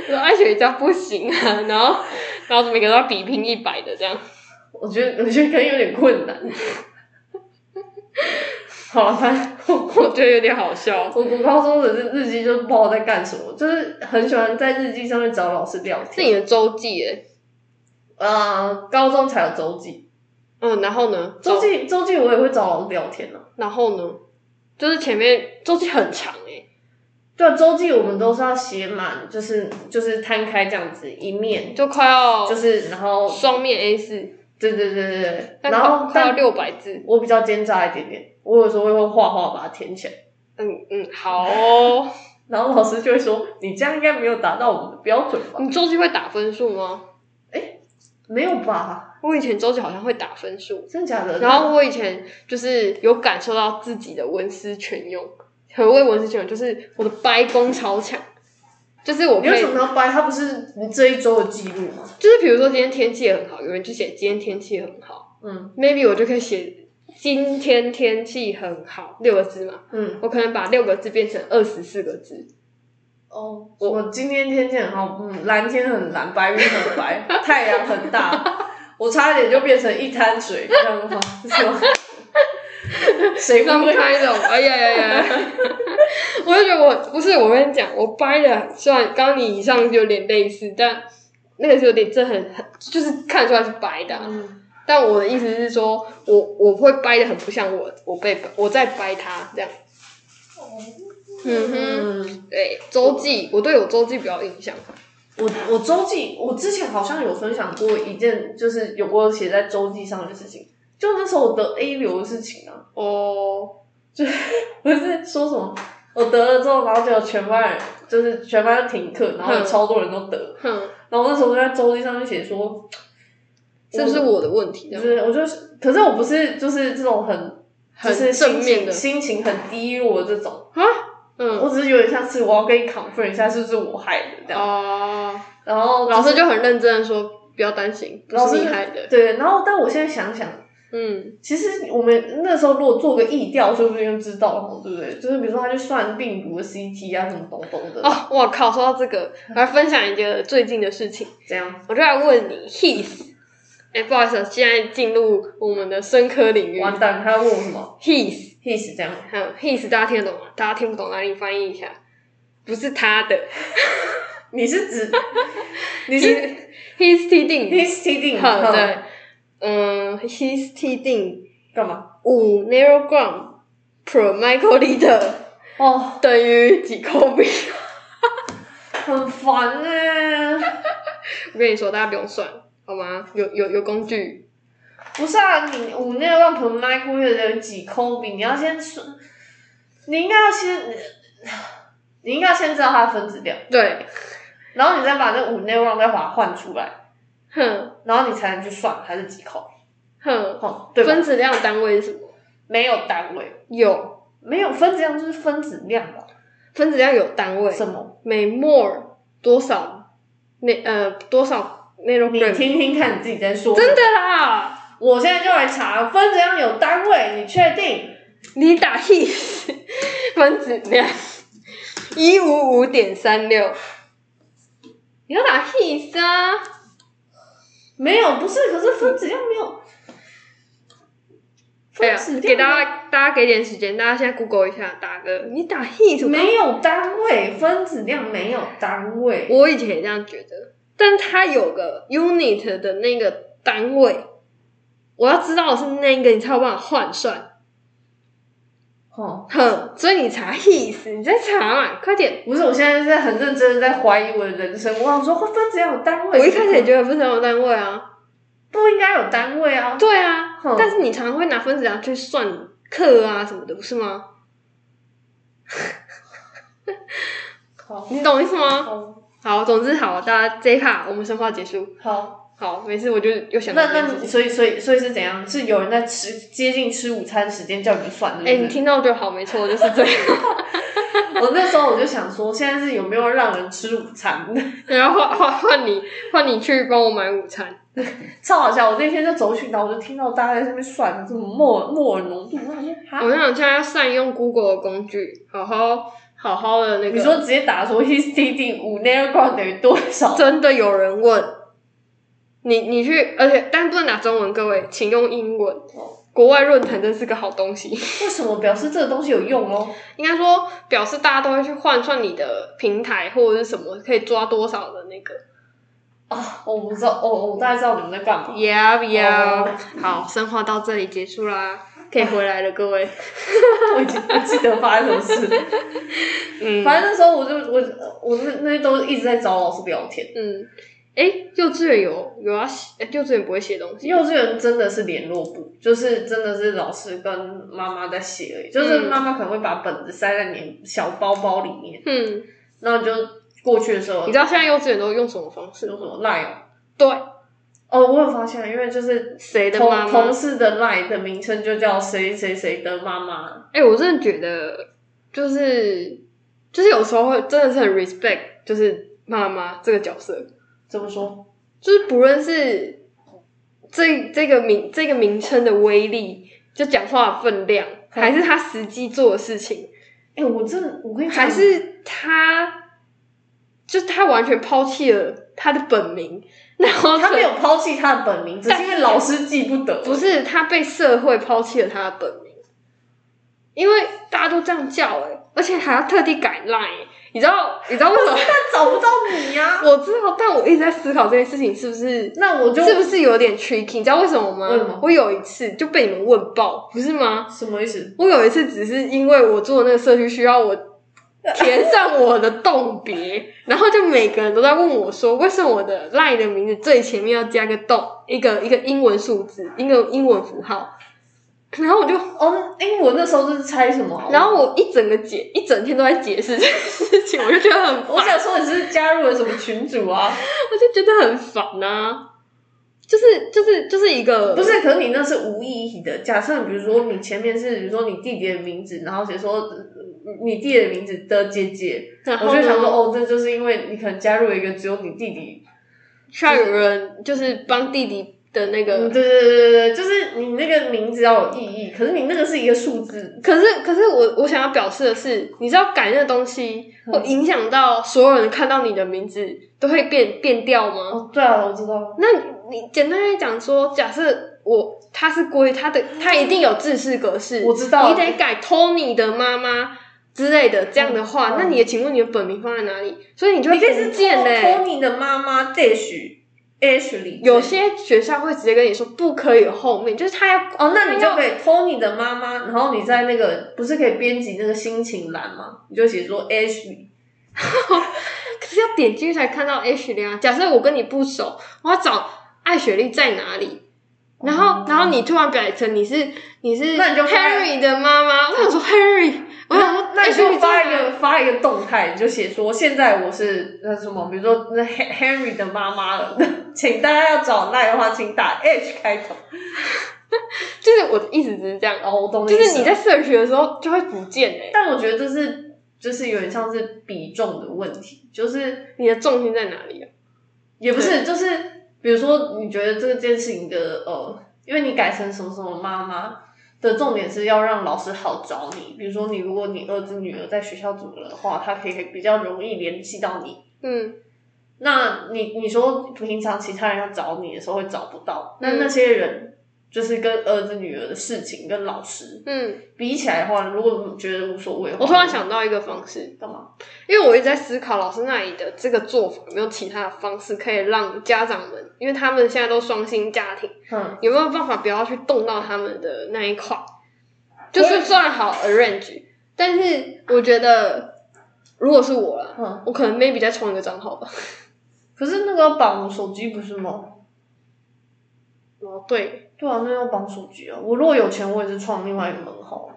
说爱学家不行啊， [LAUGHS] 然后然后每个都要比拼一百的这样。 [LAUGHS] 我觉得我觉得可能有点困难。 [LAUGHS] 好了，反正我我觉得有点好笑。我我高中的日日记就不知道在干什么，就是很喜欢在日记上面找老师聊是你天。的周记耶，呃，高中才有周记，嗯，然后呢？周记周记我也会找老师聊天啊呢、周，然后呢？就是前面周记很长哎，对啊，周记我们都是要写满，就是就是摊开这样子一面，就快要就是然后双面 A 四，对对对对对，但然后快快要但六百字。我比较奸诈一点点，我有时候会用画画把它填起来。嗯嗯，好哦。 [LAUGHS] 然后老师就会说：“你这样应该没有达到我们的标准吧你周记会打分数吗？？”没有吧？我以前周记好像会打分数，真假的？然后我以前就是有感受到自己的文思泉涌，何谓文思泉涌？就是我的掰功超强，就是我你可为以什，么要掰？它不是你这一周的记录吗？就是比如说今天天气很好，有人就写今天天气很好嗯，maybe 我就可以写今天天气很好六个字嘛，嗯，我可能把六个字变成二十四个字，哦，我今天天气很好，嗯，蓝天很蓝，白云很白， [LAUGHS] 太阳很大，我差点就变成一滩水，这样吗？是吗？谁让不会？开那种，哎呀呀呀！我就觉得我不是，我跟你讲，我掰的虽然刚刚你以上有点类似，但那个是有点这很很就是看得出来是白的啊、嗯但我的意思是说，我我会掰的很不像我，我被我在掰它这样。嗯哼，嗯，对，周记，我对我周记比较有印象。我我周记，我之前好像有分享过一件，就是有过写在周记上的事情，就那时候我得 A 流的事情啊。哦，不是说什么我得了之后，然后就全班人就是全班就停课，然后有超多人都得，哼，然后那时候就在周记上面写说，是不是我的问题？这就样是我就是，可是我不是就是这种很很就是正面的心情心情很低落的这种啊，嗯，我只是有点像是我要跟你 confirm 一下是不是我害的这样。哦，然后老师就很认真的说，不要担心，不老是师你害的。对，然后但我现在想想，嗯其实我们那时候如果做个意调，说不定就知道了，对不对？就是比如说他去算病毒的 CT 啊，什么东东的，哦，我靠！说到这个，我来分享一个最近的事情，这样我就来问你，Heath，哎、不好意思，现在进入我们的生科领域完蛋。他要问我什么，Heath， ？His 这样，还有 Heath，大家听得懂吗？大家听不懂，那你翻译一下，不是他的你是 [LAUGHS] 指你是 Heath T 定， His T 定好对，嗯，Heath T 定干嘛？五 nanogram per microliter 哦，等于几公里？ [LAUGHS] 很烦哎、我跟你说，大家不用算，好吗？有有有工具，不是啊，你五那万盆 micro 月的有几抠比，你要先算，你应该要先，你应该要先知道它的分子量，对，然后你再把那五内万再把它换出来，哼然后你才能去算它是几抠，哼，哦，对吧？分子量单位是什么？没有单位，有没有分子量就是分子量吧？分子量有单位，什么？每 mole 多少那呃多少那种你听听看，你自己在说。真的，啦，我现在就来查分子量有单位，你确定？你打 his [LAUGHS] 分子量一五五点三六，你要打 his 啊？没有，不是，可是分子量没有。对啊分子，量给大家大家给点时间，大家现在 Google 一下，打个你打 his 没有单位，分子量没有单位。我以前也这样觉得，但它有个 unit 的那个单位，我要知道的是那个，你才有办法换算。哦，哼，所以你查 his，你在查嘛，快点！不是，我现在在很认真的在怀疑我的人生。我想说，分子量有单我位，一开始嗯也得觉得分子量有单位啊，不应该有单位啊。对啊哼，但是你常常会拿分子量去算克啊什么的，不是吗？好，你懂意思吗？好，好，总之好，大家这一趴我们生化结束。好。好，没事，我就又想到那这件事那情。所以所以所以是怎样？是有人在吃接近吃午餐时间叫你们算，哎、对不你对？听到就好，没错，就是这样。 [LAUGHS] 我那时候我就想说，现在是有没有让人吃午餐？ [LAUGHS] 然后换换换你换你去帮我买午餐。 [LAUGHS] 超好笑！我那天就走去，然后我就听到大家在那边算什么墨墨尔浓度，我想说我哈，想现在要善用 Google 的工具，好好好好的那个。你说直接打说 his t d 五 nanogram 等于多少？真的有人问你，你去，而且但不能打中文，各位，请用英文哦。国外论坛真是个好东西，为什么表示这个东西有用哦？应该说表示大家都会去换算你的平台或者是什么可以抓多少的那个。啊，我不知道，哦，我大概知道你们在干嘛。 [LAUGHS] Yeah yeah，、哦好，生化到这里结束啦，可以回来了，各位。我已经不记得发生什么事。嗯反正那时候我就我我那那都一直在找老师聊天。嗯，哎、幼稚园有有要写，诶幼稚园不会写东西，幼稚园真的是联络部，就是真的是老师跟妈妈在写而已，就是嗯妈妈可能会把本子塞在你小包包里面，嗯。然后你就过去的时候，你知道现在幼稚园都用什么方式有吗？什么赖哦？对，哦，我有发现，因为就是谁的同妈妈同？事的赖的名称就叫谁谁谁的妈妈，哎、我真的觉得，就是就是有时候会真的是很 respect，就是妈妈这个角色，怎么说？就是不论是这这个名这个名称的威力，就讲话的分量，还是他实际做的事情，哎、我真的，我跟你讲，还是他就他完全抛弃了他的本名，然后他这没有抛弃他的本名，只是因为老师记不得。哦不是他被社会抛弃了他的本名，因为大家都这样叫哎、而且还要特地改 line，、欸、你知道你知道为 [LAUGHS] 什么？但找不到你啊呀、我知道，但我一直在思考这件事情是不是那我就是不是有点 tricky？你知道为什么吗？为什么我有一次就被你们问爆，不是吗？什么意思？我有一次只是因为我做的那个社区需要我。填上我的动别，然后就每个人都在问我说，为什么我的 line 的名字最前面要加个动，一个一个英文数字，一个英文符号，然后我就哦，因为我那时候就是猜什么啊，然后我一整个解一整天都在解释这件事情，我就觉得很， [LAUGHS] 我想说你是加入了什么群组啊？我就觉得很烦呐、就是就是就是一个不是，可是你那是无意义的。假设比如说你前面是比如说你弟弟的名字，然后写说呃你弟的名字的姐姐，然我后就想说，呢，哦，这就是因为你可能加入一个只有你弟弟，需要有人就是帮弟弟的那个嗯，对对对对对，就是你那个名字要有意义，可是你那个是一个数字，可是，可是我我想要表示的是，你知道改那个东西嗯会影响到所有人看到你的名字都会变变调吗？哦，对啊，我知道，那你你简单来讲说，假设我他是归他的，他一定有制式格式，我知道你得改 Tony 的妈妈之类的这样的话，嗯那你也请问你的本名放在哪里？所以你就会你可以不是欸见嘞、 Tony 的妈妈 Dash Ashley，有些学校会直接跟你说不可以有后面，就是他要哦，那你就要可以 Tony 的妈妈，然后你在那个不是可以编辑那个心情栏吗？你就写说 Ashley， [LAUGHS] 可是要点进去才看到 H 丽啊。假设我跟你不熟，我要找艾雪莉在哪里，然后、哦然后你突然改成你是你是那你就发 Harry 的妈妈，我想说 Harry，我想说那你就 Ashley 发在一哪个发一个动态，你就写说现在我是那什么，比如说那 Hen- Henry 的妈妈了，请大家要找那的话，请打 H 开头。就是我的意思只是这样，哦，我懂你就意思是你在 search 的时候就会不见哎、但我觉得这是就是有点像是比重的问题，就是你的重心在哪里啊？也不是就是比如说你觉得这件事情的呃，因为你改成什么什么妈妈。的重点是要让老师好找你，比如说你如果你儿子女儿在学校怎么了的话，他可以比较容易联系到你。嗯，那你你说平常其他人要找你的时候会找不到，那嗯那些人就是跟儿子女儿的事情跟老师嗯，比起来的话，如果觉得无所谓的话，我突然想到一个方式，干嘛？因为我一直在思考老师那里的这个做法有没有其他的方式可以让家长们，因为他们现在都双薪家庭，嗯，有没有办法不要去动到他们的那一块？就是虽然好 arrange，但是我觉得如果是我啦，嗯我可能 maybe 再充一个账号吧。可是那个要绑手机不是吗？哦，对，对啊，那要绑手机啊。我如果有钱，我也是创另外一个门号。啊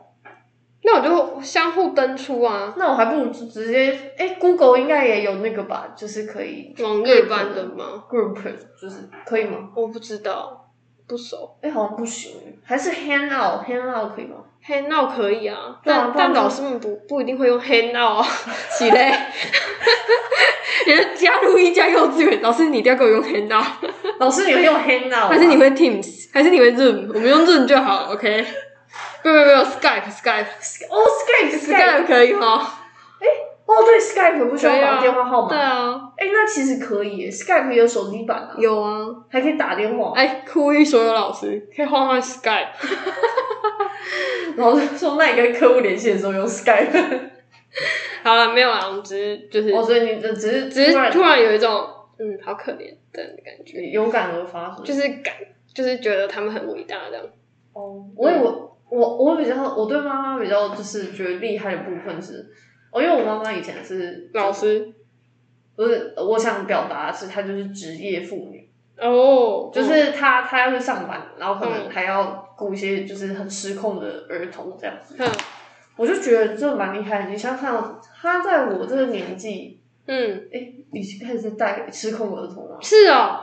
那我就相互登出啊，那我还不如直直接，哎、g o o g l e 应该也有那个吧，就是可以网页版的吗？ group，就是可以吗？我不知道，不熟。哎、好像不行，还是 hangout，hangout 可以吗？ [LAUGHS] Hangout 可以啊，对啊但不然但就老师们不不一定会用 Hangout 啊，起 [LAUGHS] 来。人家加入一家幼稚园，老师你一定要给我用 Hangout，老师，你会用 hangout？哦还是你会 Teams，还是你会 Zoom？我们用 Zoom 就好，OK？不不不，Skype Skype。哦，Skype，Skype， Skype 可以哈，哦，对，Skype 不需要可以啊绑电话号码。对啊，哎、那其实可以耶，Skype 也有手机版啊，有啊，还可以打电话。哎，呼吁所有老师可以换换 Skype，老师说，那你跟客户联系的时候用 [LAUGHS] Skype。好了，没有啦，我们只是就是、哦，所以你这只是只是突然突然有一种嗯，好可怜的感觉，有感而发，是不是就是感就是觉得他们很伟大这样，哦，我以为我我比较我对妈妈比较就是觉得厉害的部分是，哦，因为我妈妈以前是老师不是我想表达的是她就是职业妇女，哦，就是她她要去上班，然后可能嗯还要顾一些就是很失控的儿童这样子，嗯我就觉得这蛮厉害的。你想想看，哦她在我这个年纪，嗯，哎，已经开始在带失控儿童了。是哦，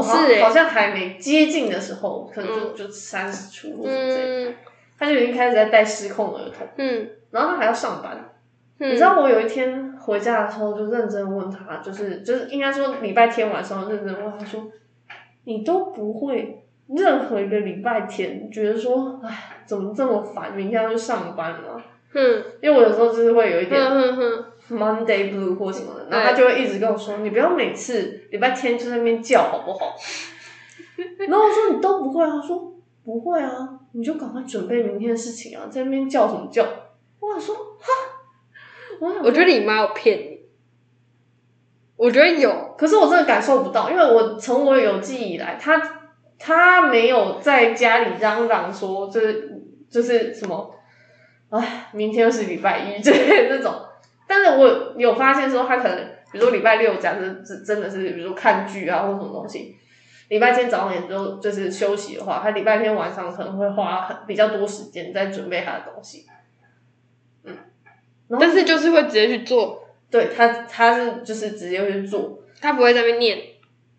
好像是好哎，像还没接近的时候，可能就、就三十出或什么之类的，嗯她就已经开始在带失控儿童，嗯然后她还要上班，嗯，你知道我有一天回家的时候，就认真问他，就是就是应该说礼拜天晚上认真问他说，你都不会任何一个礼拜天觉得说，哎，怎么这么烦，明天要去上班了、嗯因为我有时候就是会有一点嗯嗯嗯， Monday blue 或什么的，对然后他就会一直跟我说，你不要每次礼拜天就在那边叫好不好？ [LAUGHS] 然后我说你都不会啊，他说不会啊，你就赶快准备明天的事情啊，在那边叫什么叫？我想说哈， [LAUGHS] 我想说我觉得你妈有骗你，我觉得有，可是我真的感受不到，因为我从我有记忆以来，他他没有在家里嚷嚷说，就是就是什么，哎，明天又是礼拜一之类的那种。但是我有发现说，他可能比如说礼拜六，假设是真的是比如说看剧啊或什么东西，礼拜天早上也就就是休息的话，他礼拜天晚上可能会花很比较多时间在准备他的东西。嗯，然后但是就是会直接去做，对他他是就是直接会去做，她不会在那边念。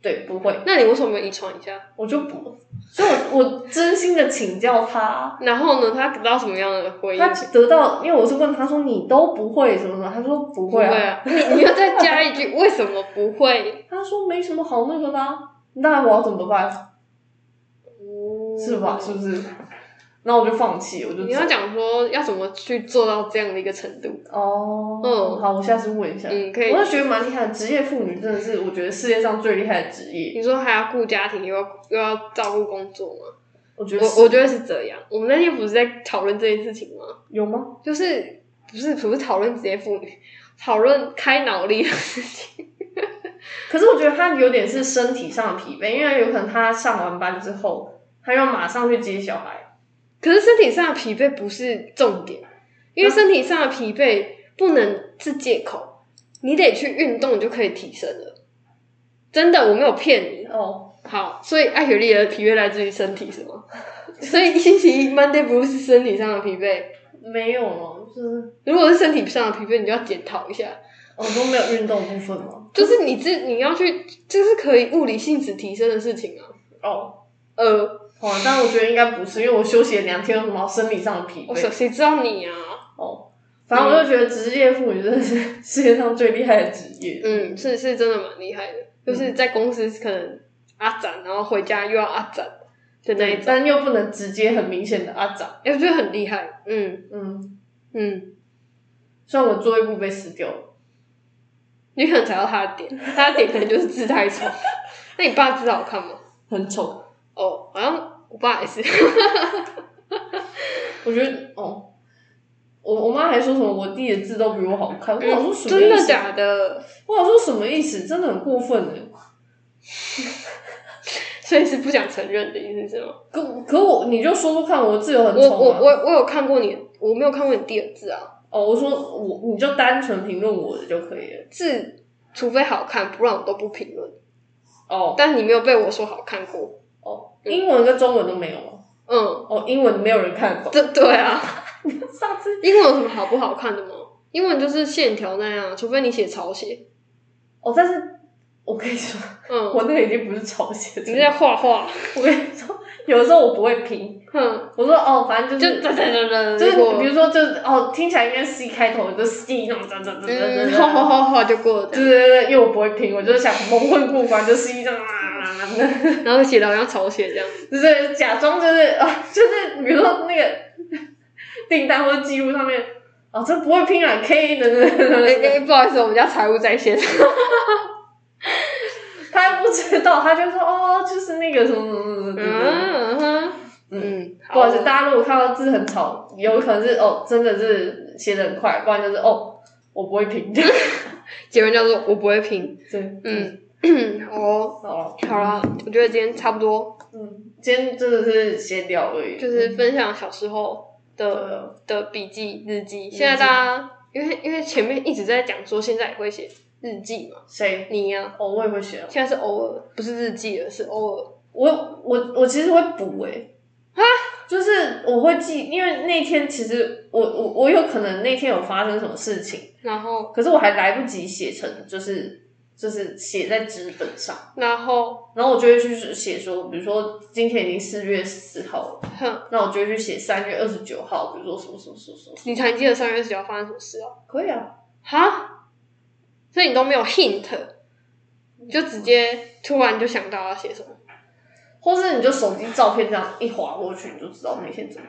对，不会，那你为什么没遗传一下？我就不，所以我我真心的请教他，然后呢，他得到什么样的回应？他得到，因为我是问他说你都不会什么什么，他说不不会会啊，啊，你你要再加一句，为什么不会？他说没什么好那个的啊、那我要怎么办？是吧？是不是？那我就放弃，我就你走要讲说要怎么去做到这样的一个程度？哦，嗯好，我下次问一下。嗯，可以我。就觉得蛮厉害的，职业妇女真的是我觉得世界上最厉害的职业。你说还要顾家庭，又要又要照顾工作吗？我觉得是我我觉得是这样。我们那天不是在讨论这件事情吗？有吗？就是不是不是讨论职业妇女，讨论开脑力的事情。可是我觉得她有点是身体上的疲惫，因为有可能她上完班之后，她要马上去接小孩。可是身体上的疲惫不是重点，因为身体上的疲惫不能是借口，你得去运动你就可以提升了。真的，我没有骗你。哦，好，所以艾雪莉的疲惫来自于身体是吗？所以星期一 Monday 不是身体上的疲惫，没有哦，就是如果是身体上的疲惫，你就要检讨一下。我、哦、都没有运动部分吗？就是你自你要去，这是可以物理性质提升的事情啊。哦，呃，好、啊，但我觉得应该不是，因为我休息了两天，有什么生理上的疲我谁惫？谁知道你啊？哦，反正我就觉得职业妇女真的是世界上最厉害的职业。嗯，是是真的蛮厉害的，就是嗯在公司可能阿展，然后回家又要阿展的那对，一种，但又不能直接很明显的阿长。哎、我觉得很厉害。嗯嗯，嗯，虽然我座位部被撕掉了。你可能踩到他的点，他的点可能就是字太丑。 [LAUGHS] 那你爸字好看吗？很丑。哦，好像我爸也是。哦我觉得哦，我我妈还说什么我弟的字都比我好看，我想说 [LAUGHS] 什么嗯真意的思？假的？我想说什么意思？真的很过分哎！所以是不想承认的意思是吗？可可我你就说说看，我的字有很我丑吗？我我我有看过你，我没有看过你第二字啊。哦，我说我你就单纯评论我的就可以了。字，除非好看，不然我都不评论。哦但你没有被我说好看过，哦，英文跟中文都没有吗？嗯，哦，英文没有人看得懂。这对啊。上次英文有什么好不好看的吗？英文就是线条那样，啊除非你写草写，哦，但是我跟你说，嗯，我那个已经不是抄写你的。在画画，我跟你说，有时候我不会拼，哼，我说哦，反正就就是哒哒哒哒，就是就过比，如说，就是哦，听起来应该 C 开头，你就 C 那种，这这这这嗯，画画画画就过了对这样，对对，因为我不会拼，我就是想蒙混过关，就 C 这样啊，然后写的好像草写这样，就是假装就是啊，就是比如说那个订单或者记录上面，哦，这不会拼啊，K 等等等哎等，哎，不好意思，我们家财务在线，他不知道，他就说哦，就是那个什么什么什么什么，嗯哼，嗯，不好意思，好大家如果看到字很吵，有可能是哦，真的是写的很快，不然就是哦，我不会 [LAUGHS] 拼，结论叫做我不会评，对，，嗯， [CLEARS THROAT] 哦，好了，好了，我觉得今天差不多。嗯，今天真的是闲聊而已，就是分享小时候的、呃，的笔记日记。现在大家因为因为前面一直在讲说现在也会写日记嘛，谁？你呀、哦，我也会写哦，现在是偶尔不是日记了，是偶尔。我我我其实会补诶、啊，就是我会记，因为那天其实我我我有可能那天有发生什么事情，然后可是我还来不及写成，就是就是写在纸本上，然后然后我就会去写说，比如说今天已经四月四号了，哼，那我就会去写三月二十九号，比如说什么什么什么什么，你才记得三月十九发生什么事哦、可以啊，哈，所以你都没有 hint，你就直接突然就想到要写什么。或是你就手机照片这样一划过去，你就知道那天怎么，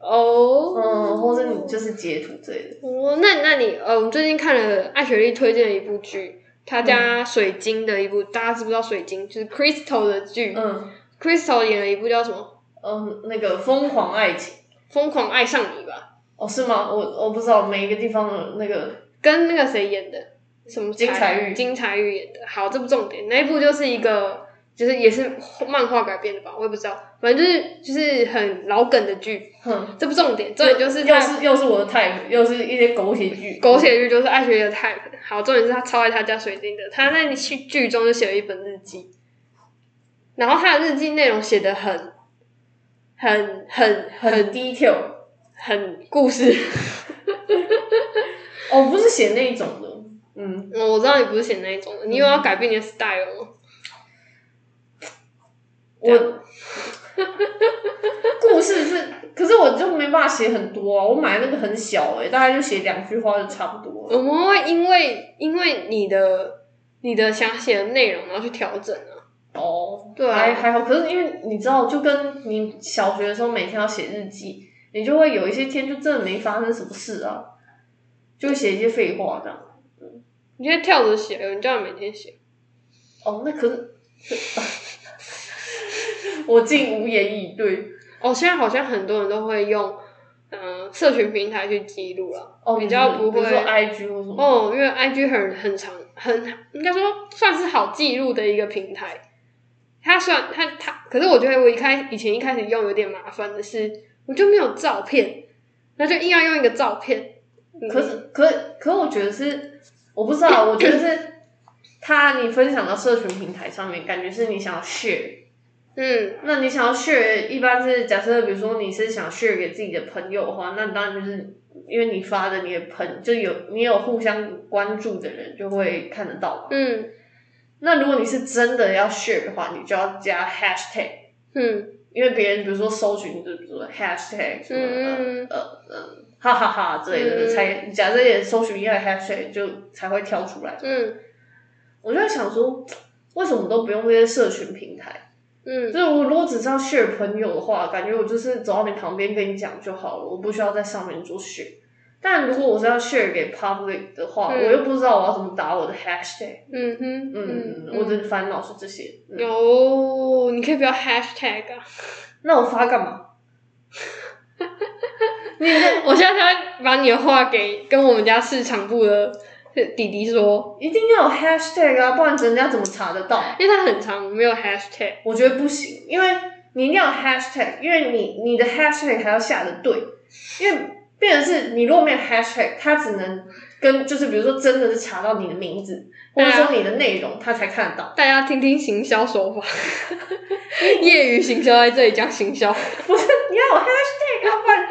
哦，嗯，或是你就是截图之类的，哦，那那你呃，我们最近看了艾雪莉推荐的一部剧，她家水晶的一部，大家知不知道水晶就是 Crystal 的剧、嗯 c r y s t a l 演了一部叫什么嗯，那个疯狂爱情。 《疯狂爱上你》吧，哦，是吗？我我不知道每一个地方的那个跟那个谁演的，什么金彩彩玉金彩玉演的。好，这不重点，那一部就是一个就是也是漫画改编的吧，我也不知道，反正就是就是很老梗的剧，哼，这不重点，重点就是又她是又是我的 type，又是一些狗血剧。狗血剧就是爱学的 type。好，重点是他超爱他家水晶的，他在剧剧中就写了一本日记，然后他的日记内容写的很、很、很、很很、 detail，很故事。 [LAUGHS] 哦，不是写那种的，嗯，我我知道你不是写那一种的，你又要改变你的 style 吗？这样我 [LAUGHS] 故事是，可是我就没办法写很多啊。我买那个很小欸诶、大概就写两句话就差不多了。我们会因为因为你的你的想写的内容，然后去调整啊。哦，对啊还还好。可是因为你知道，就跟你小学的时候每天要写日记，你就会有一些天就真的没发生什么事啊，就会写一些废话这样。你现在跳着写，有人叫你每天写，哦，那可是， [LAUGHS] 我竟无言以对。哦，现在好像很多人都会用嗯、呃社群平台去记录了。哦，比较不会比如说 IG 或什么。哦，因为 IG 很很长，很应该说算是好记录的一个平台。它算它它，可是我觉得我一开以前一开始用有点麻烦的是，我就没有照片，那就硬要用一个照片。嗯可是，可可，我觉得是，我不知道，我觉得是他你分享到社群平台上面，感觉是你想要 share。嗯，那你想要 share，一般是假设，比如说你是想 share 给自己的朋友的话，那当然就是因为你发的你的朋就有你有互相关注的人就会看得到嘛。嗯那如果你是真的要 share 的话，你就要加 hashtag。嗯因为别人比如说搜寻，就比如说 hashtag 什么嗯呃呃呃哈哈哈之类的，嗯才假设也搜寻一下 hashtag 就才会跳出来。嗯我就在想说，为什么都不用这些社群平台？就嗯，是我如果只是要 share 朋友的话，感觉我就是走到你旁边跟你讲就好了，我不需要在上面做 share。但如果我是要 share 给 public 的话，嗯我又不知道我要怎么打我的 hashtag。嗯哼，嗯，我的烦恼是这些。嗯有，你可以不要 hashtag 啊！ [LAUGHS] 那我发干嘛？你这我现在才会把你的话给跟我们家市场部的弟弟说，一定要有 hashtag 啊，不然人家怎么查得到？因为他很长，没有 hashtag。我觉得不行，因为你一定要有 hashtag，因为你你的 hashtag 还要下的对，因为变成是你如果没有 hashtag，它只能跟就是比如说真的是查到你的名字，或对者啊说你的内容，它才看得到。 [LAUGHS] 大家听听行销手法，业余行销在这里讲行销，不是你要有 hashtag，要不然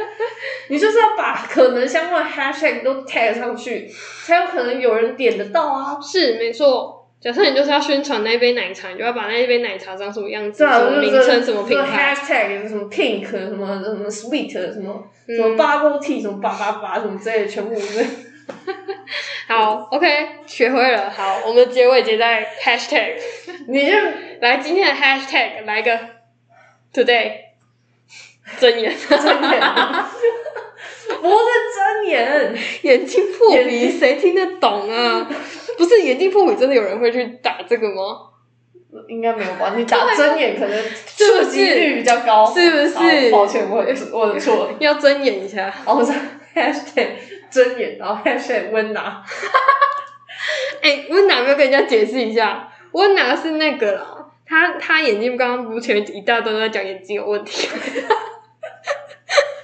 你就是要把可能相关的 hashtag 都 tag 上去，才有可能有人点得到啊。是没错。假设你就是要宣传那杯奶茶，你就要把那一杯奶茶长什么样子，对啊，就什是么名称、什么就品是牌， ，hashtag 什么 pink 什么什么 sweet 什么什么嗯， bubble tea 什么八八八什么之类的，全部是。好，OK，学会了。好，我们结尾结在 hashtag， [LAUGHS] 你就来今天的 hashtag 来个 today，睁眼，睁眼， [LAUGHS] 不是睁眼，眼睛破眼皮，谁听得懂啊？不是眼睛破皮，真的有人会去打这个吗？应该没有吧？你打睁眼可能是不触是及率比较高，是不是好抱歉，我我的错了。要睁眼一下。然后我是 hashtag 睁眼，然后 hashtag 温拿， [LAUGHS] 哎、温拿有没有跟人家解释一下？温拿是那个啦，他他眼睛刚刚不是前一大段都在讲眼睛有问题， [LAUGHS] 然后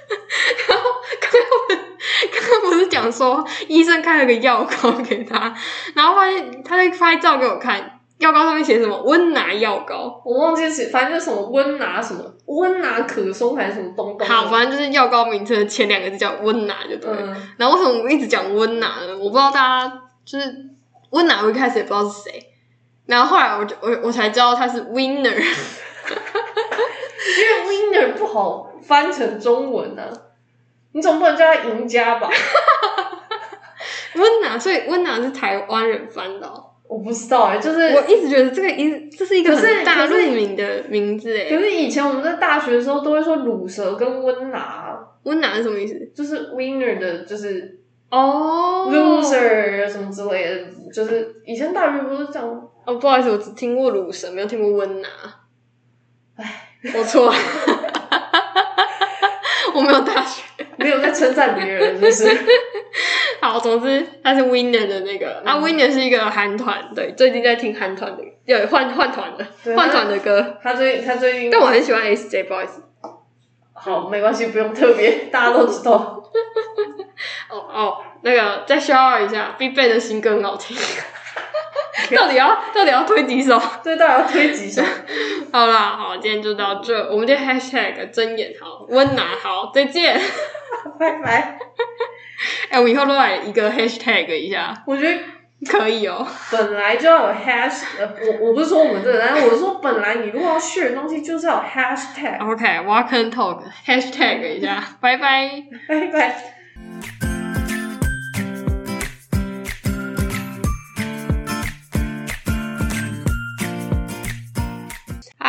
刚刚不刚刚不是讲说医生开了个药膏给他，然后发现他在拍照给我看，药膏上面写什么温拿药膏，我忘记是反正就什么温拿什么温拿可松还是什么东东。好，反正就是药膏名称的前两个字叫温拿就对了。嗯，然后为什么我们一直讲温拿呢？我不知道大家就是温拿，我一开始也不知道是谁，然后后来我就我我才知道他是 Winner， [LAUGHS] 因为 winner 不好翻成中文呢、啊，你总不能叫他赢家吧？温拿，所以温拿是台湾人翻的哦、我不知道哎、就是我一直觉得这个一这是一个可是很大可是陆名的名字可诶，是以前我们在大学的时候都会说乳蛇跟温拿，啊温拿是什么意思？就是 winner 的，就是哦 loser 什么之类的，就是以前大学不是这样吗，哦，不好意思，我只听过鲁神，没有听过温拿。唉，我错了， [LAUGHS] 我没有大学。没有在称赞别人，是不是？好，总之他是 Winner 的那个、啊嗯，Winner 是一个韩团，对，最近在听韩团的，对，换换团了，对换团的歌。他最他最近但我很喜欢 SJ，不好意思。好没关系，不用特别，大家都知道。哦哦，那个再 s h o 一下，Big Bang 的新歌很 [LAUGHS] 好听。到底要到底要推几首？对，大家要推几首？好啦，好，今天就到这。我们今天 Hashtag 睁眼好，温拿好，再见。 [LAUGHS] 拜拜。哎、我们以后都来一个 Hashtag 一下。我觉得可以哦。本来就要有 hash，呃，我我不是说我们这个，但是我是说本来你如果要 share 东西，就是要有 hashtag。 OK，Walk and Talk，Hashtag 一下，拜拜。拜拜。